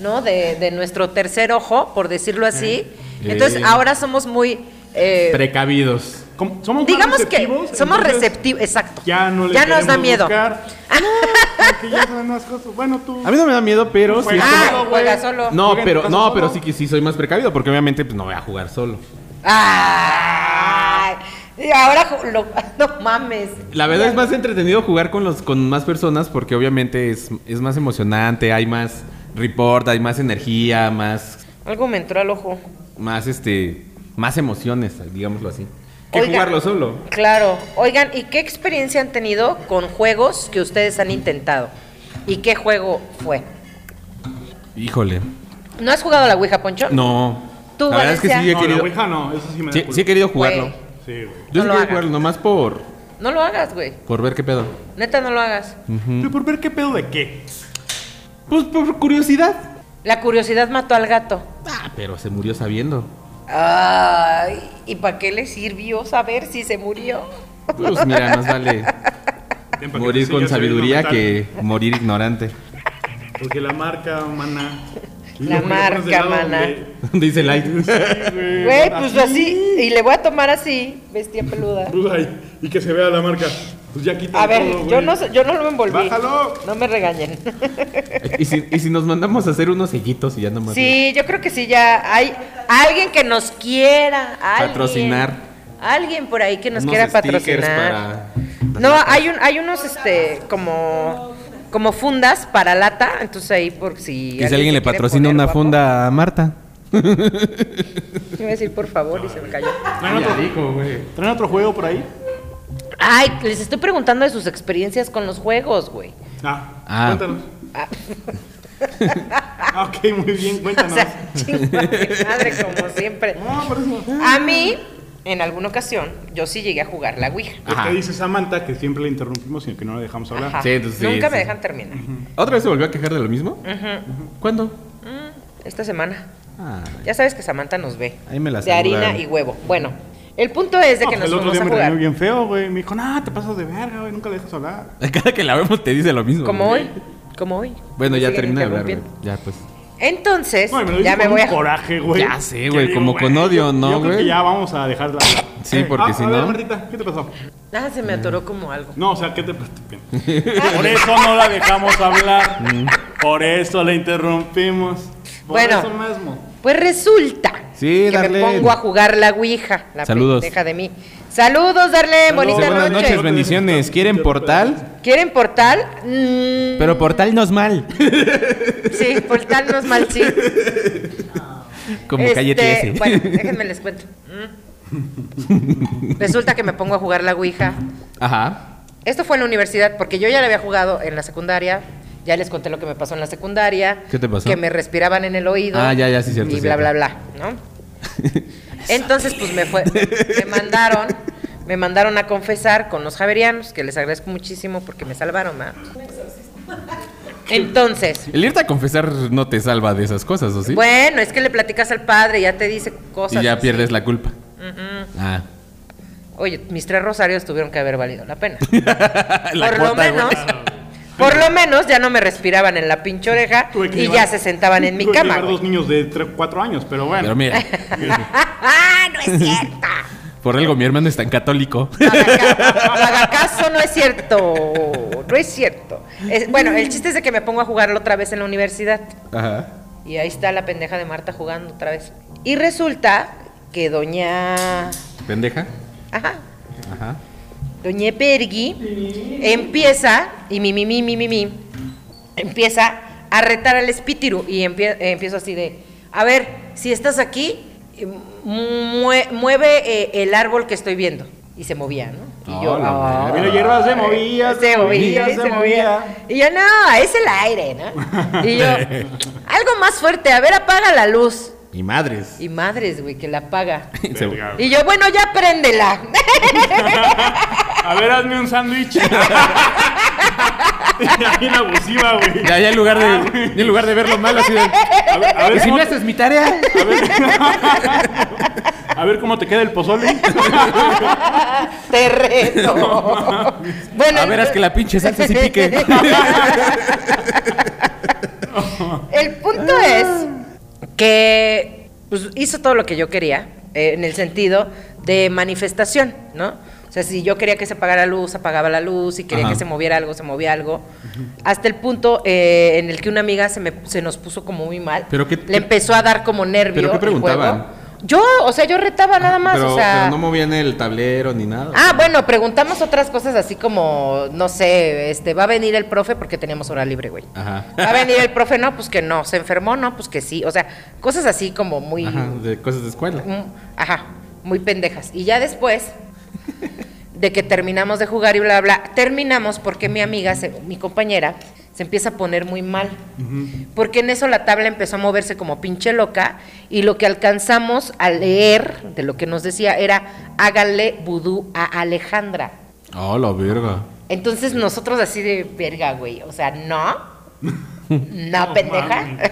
¿no? De, de nuestro tercer ojo, por decirlo así. Entonces Eh. ahora somos muy eh, Precavidos. Como- Somos más digamos que receptivos, somos entonces receptivos, exacto. Ya no le nos da queremos miedo. buscar. No, porque ya saben más cosas. Bueno, tú. A mí no me da miedo, pero sí. Juega. es como- Ah, Solo, juega güey. solo. No, Juega en tu pero, casa no, solo. pero sí que sí soy más precavido, porque obviamente pues, no voy a jugar solo. Ay, y ahora ju- lo- no mames. La verdad es más entretenido jugar con los con más personas porque obviamente es, es más emocionante, hay más report, hay más energía, más Algo me entró al ojo. más este más emociones, digámoslo así. Que Oiga. jugarlo solo. Claro. Oigan, ¿y qué experiencia han tenido con juegos que ustedes han intentado? ¿Y qué juego fue? Híjole. ¿No has jugado a la Ouija, Poncho? No. Tú, la verdad es que Valencia. sí he no, la querido Ouija no, eso sí me da sí, culpa. sí he querido jugarlo. Güey, Sí, güey. Yo No sí lo quiero hagas. jugarlo nomás por No lo hagas, güey. por ver qué pedo. Neta, no lo hagas. Pero por ver qué pedo de qué. Pues por curiosidad. La curiosidad mató al gato. Ah, pero se murió sabiendo. Ay, ¿y para qué le sirvió saber si se murió? Pues mira, más vale Ven, para que morir te con sigas sabiduría sabiendo que morir ignorante. tal. Porque la marca, mana. La Luego le marca, pones del lado mana. donde- Dice Light. Güey, Güey, pues así. Y le voy a tomar así, bestia peluda. Pues, ay, y que se vea la marca. Pues ya quita A ver, todo, yo güey. no, sé- yo no lo envolví. Bájalo. No me regañen. ¿Y si, y si nos mandamos a hacer unos sellitos y ya nomás. Sí, yo creo que sí, ya hay alguien que nos quiera. Alguien, Patrocinar. Alguien por ahí que nos Unos quiera stickers patrocinar. para- No, hay, un, hay unos este, como, como fundas para lata, entonces ahí por Que si... si alguien se le quiere patrocina poner una guapo. funda a Marta. Yo Iba a decir por favor y se me cayó. Traen otro, traen otro juego por ahí. Ay, les estoy preguntando de sus experiencias con los juegos, güey. Ah, Ah. cuéntanos. Ah, ok, muy bien, O cuéntanos. sea, chingada madre como siempre. no, por eso. A mí, en alguna ocasión, yo sí llegué a jugar la Ouija. Ajá. ¿Qué dice Samantha? Que siempre le interrumpimos y que no la dejamos hablar. Ajá. Ah, Sí, entonces sí, Nunca sí. me dejan terminar. ¿Otra vez se volvió a quejar de lo mismo? ¿Cuándo? Esta semana. Ah, Ya sabes que Samantha nos ve. Ahí me la De harina saludan. y huevo. Bueno, el punto es de No, que nos el otro fuimos día a me reunió jugar. bien feo, güey. Me dijo, no, te pasas de verga, güey, nunca le dejas hablar. Cada que la vemos te dice lo mismo. Como güey. hoy. Como hoy. Bueno, Me ya siguen termina de hablar, güey. interrumpiendo. Ya, pues. Entonces, No, y lo Pues ya dijo me con voy un a. coraje, güey. Ya sé, Que güey, digo, como con odio, yo- ¿no, yo creo que güey? ya vamos a dejarla hablar. Sí, porque si ah, a ver, no- Martita, ¿qué te pasó? Ah, se me atoró como algo. No, o sea, ¿qué te pasó? Por eso no la dejamos hablar. Mm. Por eso la interrumpimos. Por Bueno. eso mismo. Pues resulta Sí, que me Darlene. pongo a jugar la Ouija, la Saludos. pendeja de mí. Saludos, Darle, bonita Dice, buenas noche. noches, bendiciones. ¿Quieren portal? ¿Quieren portal? Mm, Pero portal no es mal. Sí, portal no es mal, sí. Como E Este, calle 13. Bueno, déjenme les cuento. Mm. Resulta que me pongo a jugar la Ouija. Ajá. Esto fue en la universidad, porque yo ya la había jugado en la secundaria. Ya les conté lo que me pasó en la secundaria. ¿Qué te pasó? Que me respiraban en el oído. Ah, ya, ya, sí, cierto, Y bla, cierto. bla, bla, ¿no? Entonces, pues me fue. Me mandaron. Me mandaron a confesar con los javerianos, que les agradezco muchísimo porque me salvaron, ¿verdad? Entonces, El irte a confesar no te salva de esas cosas, ¿o sí? bueno, es que le platicas al padre, ya te dice cosas. y ya así. pierdes la culpa. Ah. Oye, mis tres rosarios tuvieron que haber valido la pena. La por cuota, lo güey. menos, por lo menos ya no me respiraban en la pinche oreja Tuve que y llevar- ya se sentaban en mi tuve que cama. llevar güey. dos niños de 3, 4 años, pero bueno. Pero mira, ¡Ah, no es cierto! por algo mi hermano es tan católico. No haga ca- no haga caso, no es cierto. No es cierto. Es- bueno, el chiste es de que me pongo a jugarlo otra vez en la universidad. Ajá. Y ahí está la pendeja de Marta jugando otra vez. Y resulta que doña... ¿Pendeja? Ajá, Ajá. Doña Pergui empieza y mi, mi, mi, mi, mi, mi, empieza a retar al espíritu y empie- eh, empiezo así de, a ver, si estás aquí, mue- mueve eh, el árbol que estoy viendo. Y se movía, ¿no? Y yo, Hola, "Ah". Y la hierba se movía, se movía, se movía. Y yo, no, es el aire, ¿no? Y yo, algo más fuerte, a ver, apaga la luz. Y madres. Y madres, güey, que la apaga. Se- Verga. Y yo, bueno, ya préndela. A ver, hazme un sándwich. Bien abusiva, güey. Ya, ya en lugar de, ya en lugar de verlo mal, así de. A ver, a ver "¿Y si cómo- no haces mi tarea. a ver- a ver cómo te queda el pozole. Te reto. Bueno, A ver, haz entonces- que la pinche salsa sí pique. El punto es que pues, hizo todo lo que yo quería, eh, en el sentido de manifestación, ¿no? O sea, si yo quería que se apagara la luz, apagaba la luz, si quería Ajá. que se moviera algo, se movía algo. Hasta el punto eh, en el que una amiga se, me, se nos puso como muy mal. ¿Pero qué- Le empezó a dar como nervio. ¿Pero qué el preguntaban? Ah, juego. Yo, o sea, yo retaba nada más, pero, o sea... pero no movían el tablero ni nada. Ah, bueno, preguntamos otras cosas así como, no sé, este, va a venir el profe porque teníamos hora libre, güey. Ah. Va a Ajá. venir el profe, no, pues que no. Se enfermó, no, pues que sí. O sea, cosas así como muy. Ajá, mm, de cosas de escuela. Ajá, muy pendejas. Y ya después de que terminamos de jugar y bla, bla, bla, terminamos porque mi amiga, se- mi compañera, se empieza a poner muy mal. Porque en eso la tabla empezó a moverse como pinche loca y lo que alcanzamos a leer de lo que nos decía era: háganle vudú a Alejandra. Oh, la verga. Entonces nosotros así de verga, güey. O sea, no. No, pendeja. mames.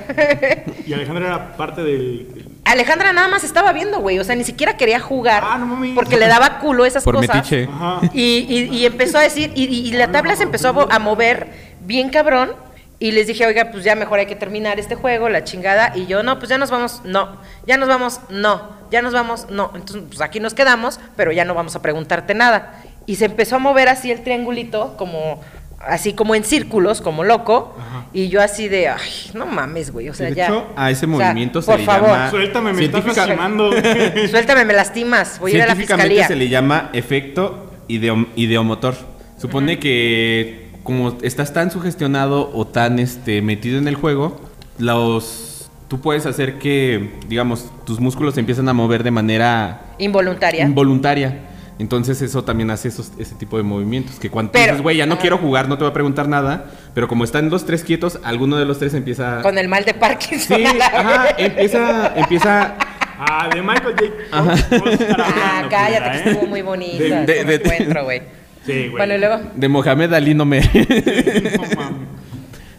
Y Alejandra era parte del. Alejandra nada más estaba viendo, güey. O sea, ni siquiera quería jugar. Ah, no mames. porque le daba culo esas Por cosas. metiche. Ajá. Y, y- y empezó a decir, y, y- y la tabla se empezó a, mo- a mover bien cabrón. Y les dije, oiga, pues ya mejor hay que terminar este juego, la chingada. Y yo, no, pues ya nos vamos, no, ya nos vamos, no, ya nos vamos, no. Entonces, pues aquí nos quedamos, pero ya no vamos a preguntarte nada. Y se empezó a mover así el triangulito, como, así como en círculos, como loco. Y yo así de, ay, no mames, güey, o sea, de ya. hecho, a ese O sea, movimiento se por le favor. llama- Suéltame, me estás Ah, Científica- lastimando. Suéltame, me lastimas. Voy a ir a la Científicamente fiscalía. se le llama efecto ideo- ideomotor. Supone que como estás tan sugestionado o tan este metido en el juego, los tú puedes hacer que, digamos, tus músculos se empiezan a mover de manera Involuntaria. involuntaria. Entonces eso también hace esos, ese tipo de movimientos. Que cuando tú Pero- dices, güey, ya no Ajá. quiero jugar, no te voy a preguntar nada. Pero como están los tres quietos, alguno de los tres empieza... con el mal de Parkinson. Sí, a la ajá, vez. empieza, empieza Ah, de Michael J. Vamos a estar Ah, hablando, pues, cállate, que culera, ¿eh? estuvo muy bonito. De- De, pues, de- de- encuentro, güey. Sí, güey. Bueno, y luego. de Mohamed Ali, no me... No mames.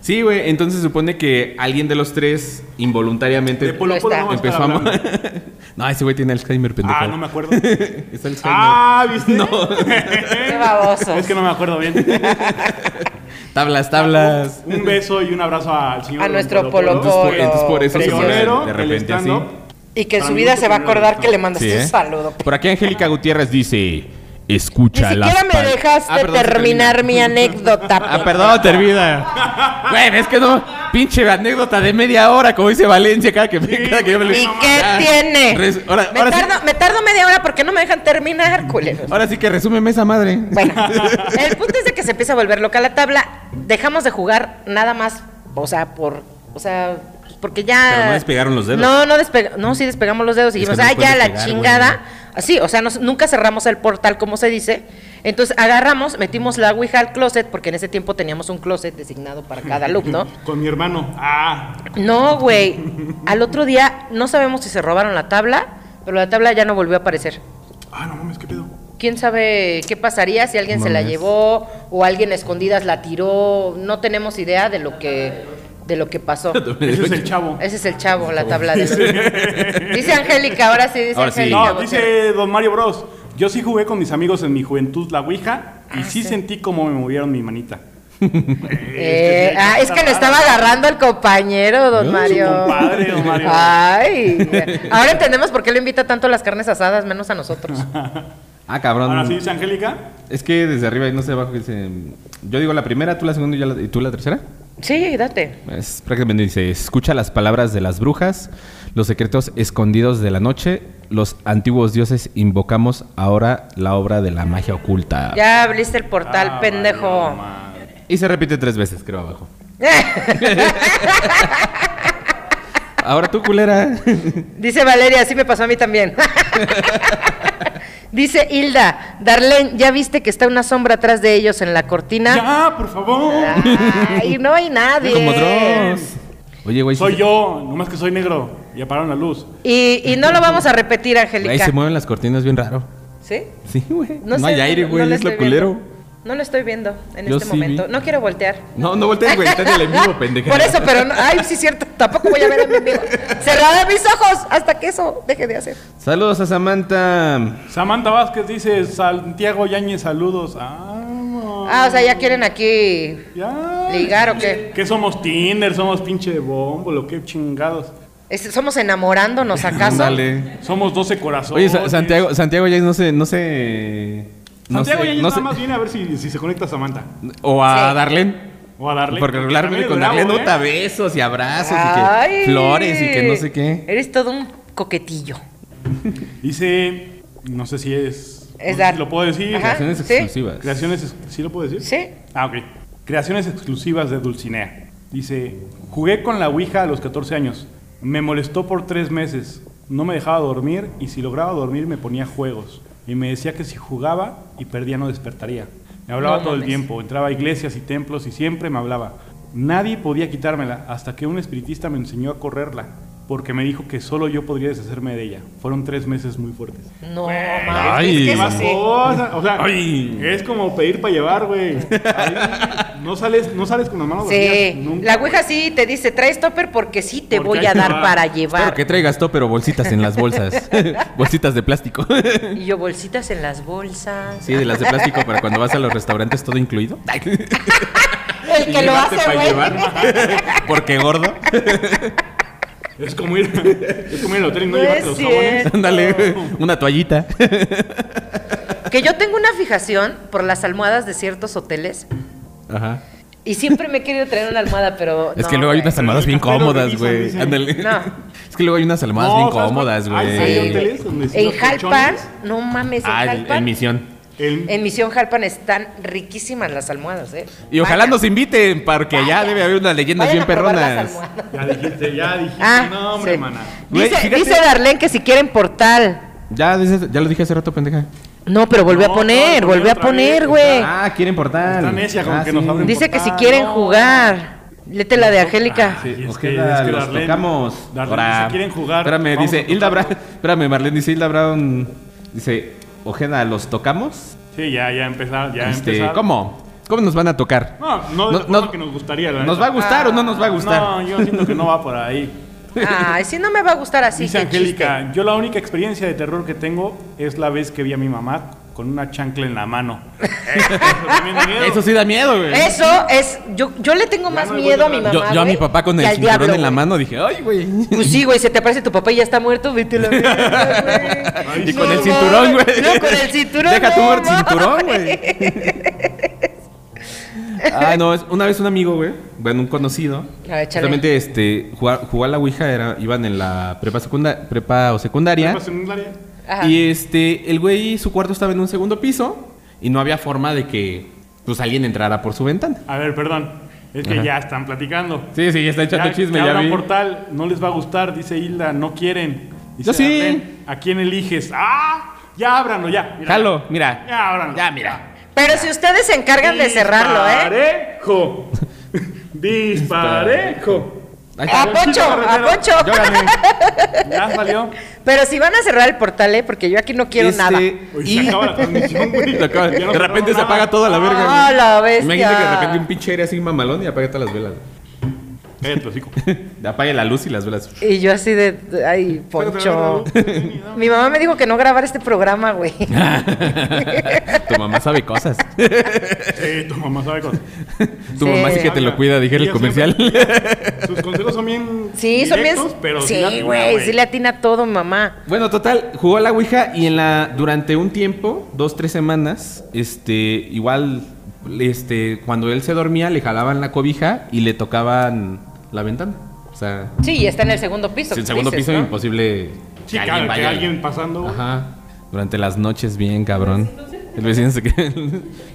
sí, güey, entonces se supone que alguien de los tres involuntariamente... De Polo Lo Polo está. no vamos a estar empezó a... mo- hablando. no, ese güey tiene Alzheimer, pendejo. Ah, no me acuerdo. Es Alzheimer. Ah, ¿viste? No. Qué baboso. Es que no me acuerdo bien. tablas, tablas. Un beso y un abrazo al señor. A Don nuestro Polo Entonces por, entonces por eso se Precioso. ponen Pionero, de el repente así. stand-up. Y que en su Para mí vida no se va a te hubiera acordar que gustado. le mandaste Sí, ¿eh? un este saludo. Por aquí Angélica Gutiérrez dice, escucha Ni las siquiera me pal- dejaste Ah, perdón, se terminar termina. mi anécdota. pues. Ah, perdón, termina. Güey, es que no, pinche anécdota de media hora, como dice Valencia, cada que, me cada que yo me ¿Y qué Ya, tiene? res- ahora, me, ahora tardo, sí, me tardo media hora porque no me dejan terminar, culeros. ahora sí que resúmeme esa madre. Bueno, el punto es de que se empieza a volver loca la tabla. Dejamos de jugar nada más, o sea, por, o sea, pues, porque ya. Pero no despegaron los dedos. No, no despegamos, no, sí despegamos los dedos y Es que dijimos, no ah, ya puedes la pegar, chingada. güey. Así, o sea, nos- nunca cerramos el portal, como se dice. Entonces agarramos, metimos la Ouija al closet, porque en ese tiempo teníamos un closet designado para cada alumno. Con mi hermano. Ah, No, güey. Al otro día no sabemos si se robaron la tabla, pero la tabla ya no volvió a aparecer. ah, no mames, qué pedo. Quién sabe qué pasaría si alguien se la Mames. llevó o alguien a escondidas la tiró. No tenemos idea de lo que de lo que pasó. Ese es el chavo. Ese es el chavo, la tabla de los- Dice Angélica, ahora sí dice Ahora sí. Angélica. No, dice Don Mario Bros. Yo sí jugué con mis amigos en mi juventud la Ouija Ah, y sí, sentí cómo me movieron mi manita. Eh, sí, ah, es que lo estaba agarrando el compañero, don Ay, su Mario. compadre, don Mario. Ay, ahora entendemos por qué lo invita tanto a las carnes asadas, menos a nosotros. Ah, cabrón. Ahora sí dice Angélica. Es que desde arriba y no sé abajo dice, yo digo la primera, tú la segunda y, yo la- y tú la tercera. Sí, date. Es prácticamente dice, escucha las palabras de las brujas, los secretos escondidos de la noche, los antiguos dioses invocamos ahora la obra de la magia oculta. Ya abriste el portal, Ah, pendejo. valió madre. Y se repite tres veces, creo, abajo. Ahora tú, culera. Dice Valeria, así me pasó a mí también. Dice Hilda, Darlene, ¿ya viste que está una sombra atrás de ellos en la cortina? Ya, por favor. Ah. Ay, no hay nadie. Como Dross. Oye, güey. Soy sí- yo, nomás que soy negro. Y apagaron la luz. Y, y no lo vamos a repetir, Ahí Angélica. se mueven las cortinas bien raro. ¿Sí? Sí, güey. No, sé, hay aire, güey. no es estoy lo culero. viendo. No lo estoy viendo en Yo este sí momento. vi. No quiero voltear. No, no voltees, güey. Está en el en vivo, pendeja. Por eso, pero no- ay, sí es cierto, tampoco voy a ver a mi amigo. Cerraré mis ojos hasta que eso deje de hacer. Saludos a Samantha. Samantha Vázquez dice, Santiago Yañez, saludos. Ah, no. Ah, o sea, ya quieren aquí Ya. ligar o qué? ¿Qué somos Tinder? ¿Somos pinche bombo? ¿Lo qué chingados? Es- ¿Somos enamorándonos acaso? Dale. Somos 12 corazones. Oye, Sa- Santiago, Santiago ya no sé, no sé. No Santiago sé, Yañez no nada sé- más viene a ver si, si se conecta a Samantha. O a Sí. Darlene. O a Darlene. Porque regularmente También con le damos, Darlene ¿eh? nota besos y abrazos y Ay. que flores y que no sé qué. Eres todo un coquetillo. ¿eh? Dice, no sé si es... no sé Es si Dar- lo puedo decir. Ajá. Creaciones ¿sí? exclusivas. Creaciones, ex- ¿sí lo puedo decir? Sí. Ah, ok. Creaciones exclusivas de Dulcinea. Dice, jugué con la Ouija a los 14 años. Me molestó por tres meses. No me dejaba dormir y si lograba dormir me ponía juegos. Y me decía que si jugaba y perdía no despertaría. Me hablaba No todo el mames. tiempo. Entraba a iglesias y templos y siempre me hablaba. Nadie podía quitármela hasta que un espiritista me enseñó a correrla. Porque me dijo que solo yo podría deshacerme de ella. Fueron tres meses muy fuertes. No, Ay. mames. Es que eso Más sí. cosas, o sea, Ay. es como pedir para llevar, güey. Ahí No sales, no sales con las manos vacías. Sí, nunca. la Ouija sí te dice, traes topper porque sí te Porque voy ahí a te dar va. para Espero llevar. que traigas todo, pero bolsitas en las bolsas. bolsitas de plástico. Y yo, bolsitas en las bolsas. sí, de las de plástico para cuando vas a los restaurantes todo incluido. El que lo Llevarte hace, pa' güey. llevar. Porque gordo. Es como ir, es como ir al hotel y no, No llevarte es los cierto. jabones. Ándale, una toallita. Que yo tengo una fijación por las almohadas de ciertos hoteles. Ajá. Y siempre me he querido traer una almohada, pero. Es no, que luego hay güey. unas almohadas bien Pero el cómodas, cajero güey. revisa, Ándale. No. Es que luego hay unas almohadas No, bien ¿sabes cuál? cómodas, Hay- güey. hay Sí. hoteles donde sí En los Jalpan, colchones- no mames, en Ah, en, Jalpan. en misión. El- en Misión Jalpan están riquísimas las almohadas, ¿eh? Y ojalá Vayan- nos inviten, porque allá debe haber unas leyendas vayan bien a probar las perronas. almohadas. ya dijiste, ya dijiste. Ah, no, hombre, sí. mana. Güey, Dice, fíjate- dice Darlene que si quieren portal. Ya, dices- ya lo dije hace rato, pendeja. No, pero volví No, a poner, no, volví a otra vez, poner, o güey. Ah, quieren portal. Está necia con Ah, que nos abren Dice que si portal, quieren no. jugar. Lete la de Angélica. Sí, Sí, es es que- que, es que los Darlene- tocamos. Darlene Ahora, dice, "Quieren jugar, Espérame, vamos a dice Hilda Brown. tocarlo". Espérame, Marlene dice Hilda Brown. Dice, Ojeda, ¿los tocamos? Sí, ya, ya empezar, ya Este, empezar. ¿Cómo? ¿Cómo nos van a tocar? No, no, de la forma que nos gustaría. la ¿Nos va a neta. gustar o no nos va a gustar? No, yo siento que no va por ahí. Ay, si no me va a gustar así. Dice qué chiste. Angélica, yo la única experiencia de terror que tengo es la vez que vi a mi mamá con una chancla en la mano. Eso, también da miedo. Eso sí da miedo, güey. Eso es. Yo, yo le tengo más no le miedo a mi vuelvo mamá. a Yo, yo a güey, mi papá con que el al cinturón diablo, en la güey. mano dije, ay, güey. Pues sí, güey, se te aparece tu papá y ya está muerto, vete a la verga, güey. Y con No el cinturón, mames. güey. No, con el cinturón. Deja tu no el cinturón, güey. mames. Ah, no, es- una vez un amigo, güey, bueno, un conocido. A ver, échale. Justamente, este, jugar, jugar la Ouija era, iban en la prepa secunda, prepa o secundaria. Prepa secundaria. Ajá. Y este, el güey, su cuarto estaba en un segundo piso y no había forma de que pues alguien entrara por su ventana. A ver, perdón. Es que Ajá. ya están platicando. Sí, sí, ya está echando Ya- chisme, que ya abran vi. portal, no les va a gustar, dice Hilda, no quieren. Dice Yo sí. Arlen, ¿A quién eliges? ¡Ah! Ya ábranlo, ya. Mira. Jalo, mira. Ya ábranlo. Ya, mira. Pero si ustedes se encargan de cerrarlo, ¿eh? Disparejo. Disparejo. Ahí A está. Poncho, a Carretero. Poncho. Yo gané. Ya salió. Pero si van a cerrar el portal, ¿eh? Porque yo aquí no quiero Este, nada. Uy, y- se acaba la transmisión, güey. Se acaba- Ya no de repente grabó se apaga nada. toda la verga. Ah, la bestia. Imagínate que de repente un pinche aire así mamalón y apaga todas las velas. Cállate, el hocico. Apague la luz y las velas. Y yo así de, ay, Poncho. Mi mamá me dijo que no grabar este programa, güey. tu mamá sabe cosas. Sí, Eh, tu mamá sabe cosas. Tu mamá sí que te lo cuida, dijera el Ella comercial. siempre- sus consejos son bien. Sí, son bien... directos, Pero la Sí, tiene, güey, sí le atina todo, mamá. Bueno, total, jugó a la Ouija y en la. durante un tiempo, dos, tres semanas, este, igual, este, cuando él se dormía, le jalaban la cobija y le tocaban la ventana. O sea, Sí, y está en el segundo piso. si el segundo dices, piso ¿no? imposible. Sí, claro, que alguien pasando. Ajá. Durante las noches, bien cabrón. El vecino se quedó.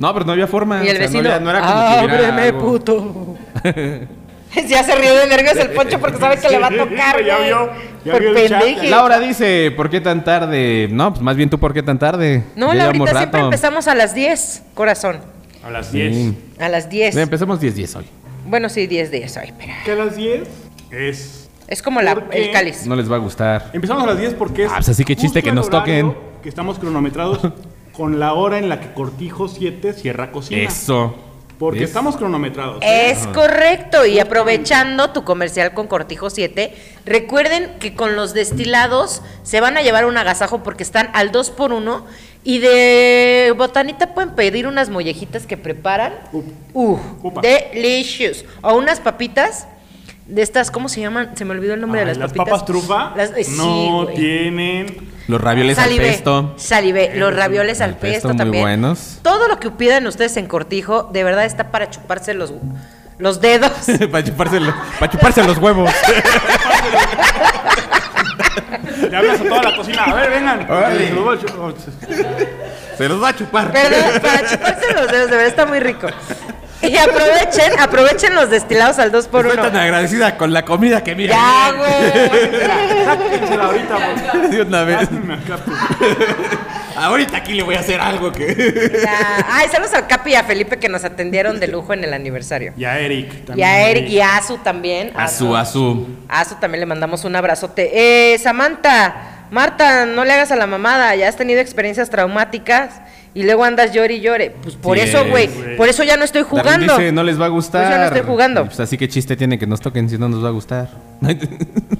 No, pero no había forma. Y el pues, o sea, vecino, "Ah, no, había- no era como que hubiera ábreme, algo. puto. ya se rió de nervios el poncho porque sabe que le va a tocar. ya güey. vio, ya Por vio el chat. pendeje. Laura dice, ¿por qué tan tarde? No, pues más bien tú, ¿por qué tan tarde? No, Ya Laurita, llevamos siempre rato. empezamos a las 10, corazón. A las Sí. 10. A las 10. Sí, empezamos 10-10 hoy. Bueno, sí, 10 días hoy, pero ¿Qué a las 10? Es. es como la, ¿Por qué? el cáliz. No les va a gustar. Empezamos a las 10 porque es. Ah, pues así que chiste justo que el nos horario toquen. Que estamos cronometrados con la hora en la que Cortijo 7 cierra cocina. Eso. Porque ¿Ves? estamos cronometrados. ¿eh? Es correcto, y aprovechando tu comercial con Cortijo 7, recuerden que con los destilados se van a llevar un agasajo porque están al 2 por 1 y de botanita pueden pedir unas mollejitas que preparan. Up. Uh, Upa. delicious. O unas papitas de estas, ¿cómo se llaman? Se me olvidó el nombre Ay, de las, las papitas. papas trufa Las- eh, sí, no güey. tienen. Los ravioles al Salivé, pesto. salivé. Los ravioles al pesto, muy también. buenos. Todo lo que pidan ustedes en Cortijo, de verdad está para chuparse los, los dedos. para, chuparse los, para chuparse los huevos. Le hablas a toda la cocina. A ver, vengan. Órale. Se los voy a chu- Se los va a chupar. Perdón, para chuparse los dedos, de verdad está muy rico. Y aprovechen, aprovechen los destilados al 2 por Estoy 1 tan agradecida con la comida que mira. Ya, güey. Sáquensela ahorita, por- De una vez. me acá, pues. Ahorita aquí le voy a hacer algo que. Ya. Ay, saludos al Capi y a Felipe que nos atendieron de lujo en el aniversario. Y a Eric también. Y a Eric y a Azu también. Azú, azú. Azu también le mandamos un abrazote. Eh, Samantha, Marta, no le hagas a la mamada, ya has tenido experiencias traumáticas y luego andas llore y llore. Pues por Sí eso, es, güey, güey. por eso ya no estoy jugando. Darwin dice, no les va a gustar. Pues yo no estoy jugando. Pues así que chiste tiene que nos toquen si no nos va a gustar.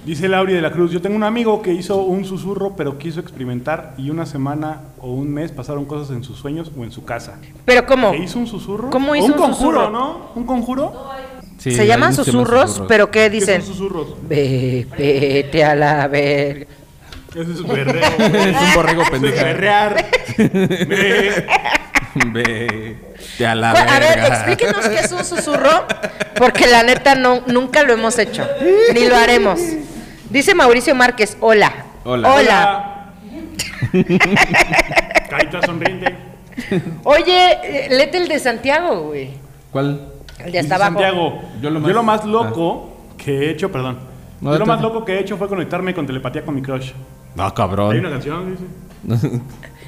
Dice Lauri de la Cruz, yo tengo un amigo que hizo un susurro pero quiso experimentar y una semana o un mes pasaron cosas en sus sueños o en su casa. Pero ¿cómo? ¿Que hizo un susurro? Oh. ¿Cómo ¿O hizo un, un conjuro, susurro? no? ¿Un conjuro? Sí, se llaman algunos susurros, pero ¿qué ¿Qué dicen? son susurros? Ve, vete a la verga. Ese es berreo. es un borrego Eso es pendejo. berrear. Ve. Ve. Te a la a ver, verga. explíquenos qué es un susurro, porque la neta no, nunca lo hemos hecho, ni lo haremos. Dice Mauricio Márquez, hola. Hola. Hola. Carita sonriente. Oye, eh, léete el de Santiago, güey. ¿Cuál? El de Dice hasta abajo. Santiago, Yo yo lo lo más- más, Ah. loco que he hecho, perdón. No, yo lo más detente. loco que he hecho fue conectarme con telepatía con mi crush. No, Hay una cabrón. canción, dice.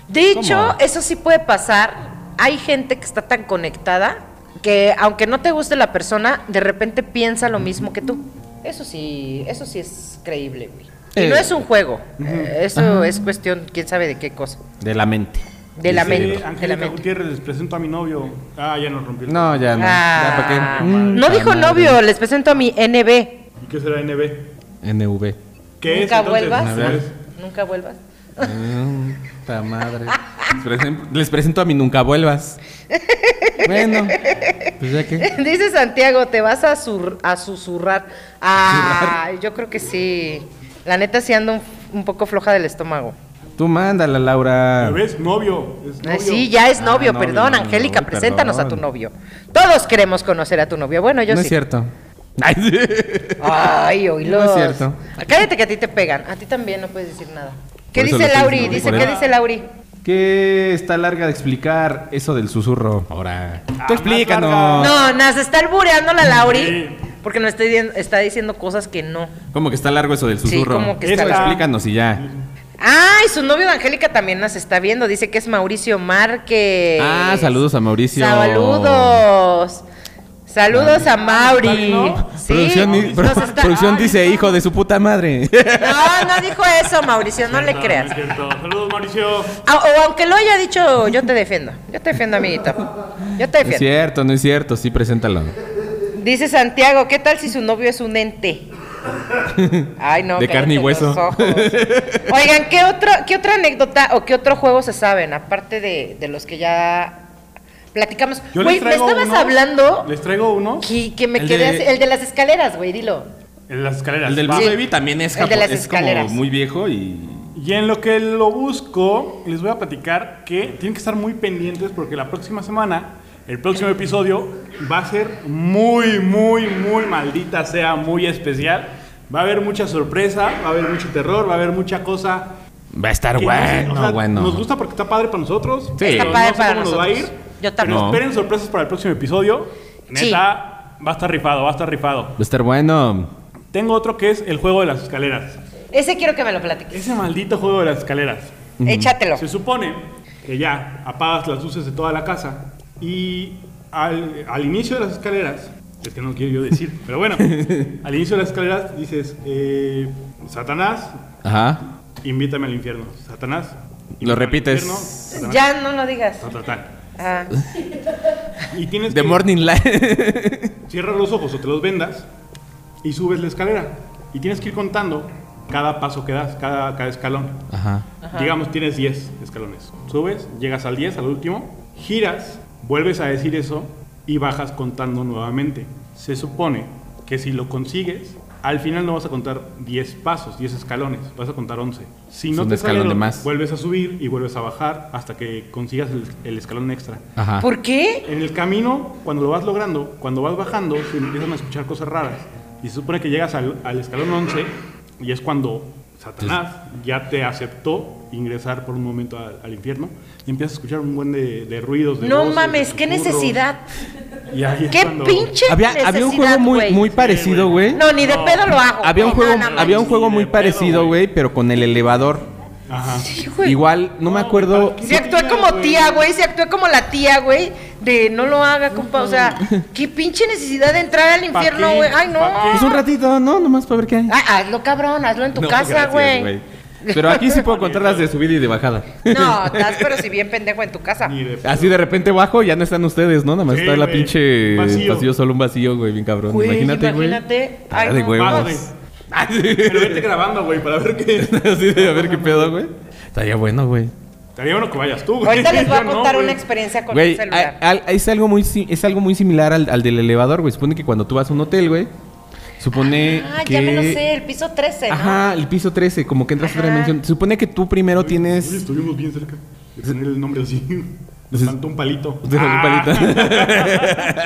De hecho, ¿Cómo? eso sí puede pasar. Hay gente que está tan conectada que aunque no te guste la persona, de repente piensa lo mismo que tú. Eso sí, eso sí es creíble, güey. Y Eh. no es un juego. Eh, eso es cuestión, quién sabe de qué cosa. De la mente. De la Sí, mente. Eh, de la Angélica mente. Gutiérrez, les presento a mi novio. Ah, ya nos rompió. el- No, ya no. Ah, Ya, ¿para qué? Mm, no dijo madre. novio, les presento a mi NB. ¿Y qué será NB? NV. ¿Qué Nunca es, entonces? vuelvas. A ver. Nunca vuelvas. Mm, ta madre. Les presen- Les presento a mi nunca vuelvas. Bueno, pues ya que. Dice Santiago, te vas a, sur- a susurrar. Ah, yo creo que sí. La neta sí ando un, un poco floja del estómago. Tú mándala, Laura. ¿Me ves? Novio. Es Ay, novio. sí, ya es Ah, novio, novio, perdón, novio, Angélica, uy, preséntanos a perdón. tu novio. Todos queremos conocer a tu novio. Bueno, yo no sí. es cierto. Ay, sí. Ay, oílos. No es cierto. Cállate que a ti te pegan. A ti también no puedes decir nada. ¿Qué Por eso dice lo estoy Lauri? diciendo, Dice, por ¿qué eso. dice Lauri? Que está larga de explicar eso del susurro. Ahora. Tú explícanos. No, nos está albureando la Lauri. Sí. Porque nos está, dien- está diciendo cosas que no. ¿Cómo que está largo eso del susurro? como que eso está largo. explícanos y ya. Ay, su novio de Angélica también nos está viendo. Dice que es Mauricio Márquez. Ah, saludos a Mauricio. Saludos. Saludos a Mauri. Sí, Producción, di- nos pro- está- producción dice, hijo de su puta madre. No, no dijo eso, Mauricio, no le No, creas. no es cierto. Saludos, Mauricio. A- O aunque lo haya dicho, yo te defiendo. Yo te defiendo, amiguito. No Yo te es defiendo. cierto, no es cierto. Sí, preséntalo. Dice Santiago, ¿qué tal si su novio es un ente? Ay, no. De cállate carne y los hueso. ojos. Oigan, ¿qué, otro, ¿qué otra anécdota o qué otro juego se saben? Aparte de, de los que ya platicamos. Yo les Güey, me traigo estabas uno. hablando Les traigo uno. que, que me El quedé de- así- El de las escaleras, güey, dilo. En las escaleras. El del Va. Blue Baby también es El de japo- las Es como escaleras. muy viejo y... Y en lo que lo busco, les voy a platicar que tienen que estar muy pendientes porque la próxima semana, el próximo episodio, va a ser muy, muy, muy maldita sea, muy especial. Va a haber mucha sorpresa, va a haber mucho terror, va a haber mucha cosa. Va a estar que bueno, no- o sea, bueno. Nos gusta porque está padre para nosotros. Sí. pero Está padre no sé para cómo nos va a nosotros. ir. Yo Pero tampoco. esperen sorpresas para el próximo episodio. Sí. Neta, Va a estar rifado, va a estar rifado. Va a estar bueno. Tengo otro que es el juego de las escaleras. Ese quiero que me lo platiques. Ese maldito juego de las escaleras. Échatelo. Se supone que ya apagas las luces de toda la casa y al, al inicio de las escaleras, es que no quiero yo decir, pero bueno, al inicio de las escaleras dices, eh, Satanás, Ajá. invítame al infierno. Satanás. Lo invítame al repites. infierno. Satanás, Ya no lo digas. ta, ta, ta. Ah, Y tienes The que- Morning Light. Cierras los ojos o te los vendas y subes la escalera. Y tienes que ir contando cada paso que das, cada, cada escalón. Ajá. Digamos, tienes 10 escalones. Subes, llegas al 10, al último, giras, vuelves a decir eso y bajas contando nuevamente. Se supone que si lo consigues, al final no vas a contar 10 pasos, 10 escalones, vas a contar 11. Si Es no un te escalón sale, de más. vuelves a subir y vuelves a bajar hasta que consigas el- el escalón extra. Ajá. ¿Por qué? En el camino, cuando lo vas logrando, cuando vas bajando, se empiezan a escuchar cosas raras. Y se supone que llegas al, al escalón 11 y es cuando Satanás ya te aceptó ingresar por un momento al, al infierno y empiezas a escuchar un buen de, de ruidos. De No voces, de mames, qué susurros. necesidad. Y ahí es Qué cuando- pinche Había, necesidad, había un juego muy, güey. muy parecido, güey. No, ni de pedo lo hago. Había un No, juego, Oh, no, no, había un no. juego ni muy de pedo, parecido, güey. güey, pero con el elevador. Ajá. Sí, güey. Igual, no me acuerdo. ¿para Se actúa como tía, güey. Se actúa como la tía, güey. De no lo haga, compa. O sea, qué pinche necesidad de entrar al infierno, qué? güey. Ay, no. ¿Pa' qué? Pues un ratito, ¿no? Nomás para ver qué hay. Ah, hazlo, cabrón. Hazlo en tu No, casa, gracias, güey. Pero aquí sí puedo contar las de subida y de bajada. No, estás pero si bien pendejo en tu casa. Ni de pedo. Así de repente bajo, ya no están ustedes, ¿no? Nada más Sí, está la güey. pinche Vacío. vacío. solo un vacío, güey, bien cabrón. Güey, imagínate, güey. imagínate. Ah, Ay, de no. huevos. Ah, Padre. Pero vete grabando, güey, para ver qué. Así de a ver qué pedo, güey. Estaría bueno, güey. Estaría bueno que vayas tú, güey. Ahorita les voy a Yo no, contar güey. una experiencia con un Güey, celular. a- al- es algo muy si- es algo muy similar al, al del elevador, güey. Supone que cuando tú vas a un hotel, güey, supone ah, que ya me lo sé, el piso 13, ¿no? Ajá, el piso 13, como que entras a otra Ajá. dimensión. Supone que tú primero Uy, tienes estuvimos bien cerca de poner el nombre así. Nos Entonces- faltó un palito. Te salió un Ah. palito.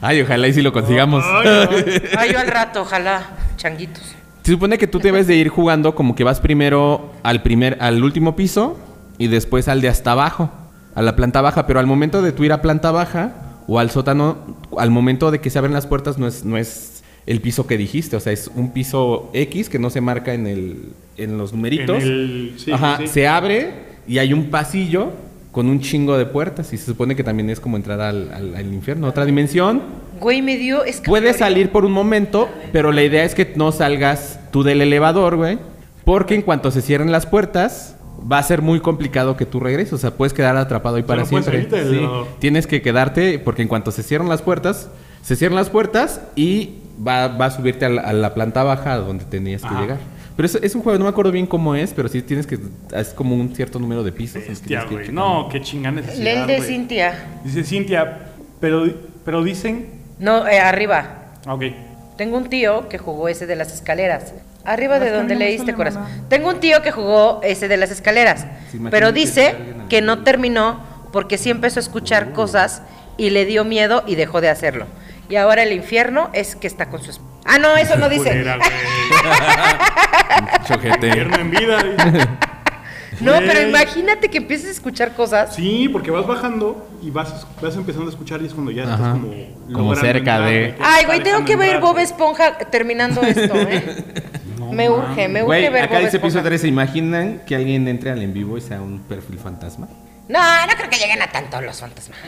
Ay, ojalá y si lo consigamos. Ay, no. Ay, yo al rato, ojalá. Changuitos. Se supone que tú te debes de ir jugando como que vas primero al primer, al último piso y después al de hasta abajo, a la planta baja. Pero al momento de tú ir a planta baja o al sótano, al momento de que se abren las puertas no es, no es el piso que dijiste, o sea, es un piso X que no se marca en el, en los numeritos. En el- sí, Ajá, sí. se abre y hay un pasillo con un chingo de puertas y se supone que también es como entrar al, al- al infierno, otra dimensión. Güey, me dio escalofrío. Puedes salir por un momento, pero la idea es que no salgas tú del elevador, güey. Porque en cuanto se cierren las puertas, va a ser muy complicado que tú regreses. O sea, puedes quedar atrapado ahí para no puedes siempre. salirte del Sí, elevador. Tienes que quedarte, porque en cuanto se cierran las puertas, se cierran las puertas y va, va a subirte a la, a la planta baja donde tenías que Ajá. llegar. Pero es, es un juego, no me acuerdo bien cómo es, pero sí tienes que. Es como un cierto número de pisos. y Bestia, tienes que güey. checar. No, qué chingada necesidad, Lel de güey. Cintia. Dice Cintia, pero, pero dicen... No, eh, arriba. Ah, Ok. Tengo un tío que jugó ese de las escaleras. Arriba de donde leíste, corazón. Tengo un tío que jugó ese de las escaleras. Sí, imagínate Pero que dice alguien ahí- que no terminó porque sí empezó a escuchar cosas y le dio miedo y dejó de hacerlo. Y ahora el infierno es que está con su esp- Ah, no, eso no dice. Culera, güey. Chojete. Tierno en vida. dice. No, pero Güey. imagínate que empieces a escuchar cosas. Sí, porque vas bajando y vas, vas empezando a escuchar y es cuando ya estás Ajá. como... logrando Como cerca que de- Ay, estás güey, tengo dejando que ver entrar, Bob güey. Esponja terminando esto, ¿eh? me urge, me urge Güey, ver acá Bob dice piso Esponja. 3. ¿Se imaginan que alguien entre al en vivo y sea un perfil fantasma? No, no creo que lleguen a tanto los fantasmas.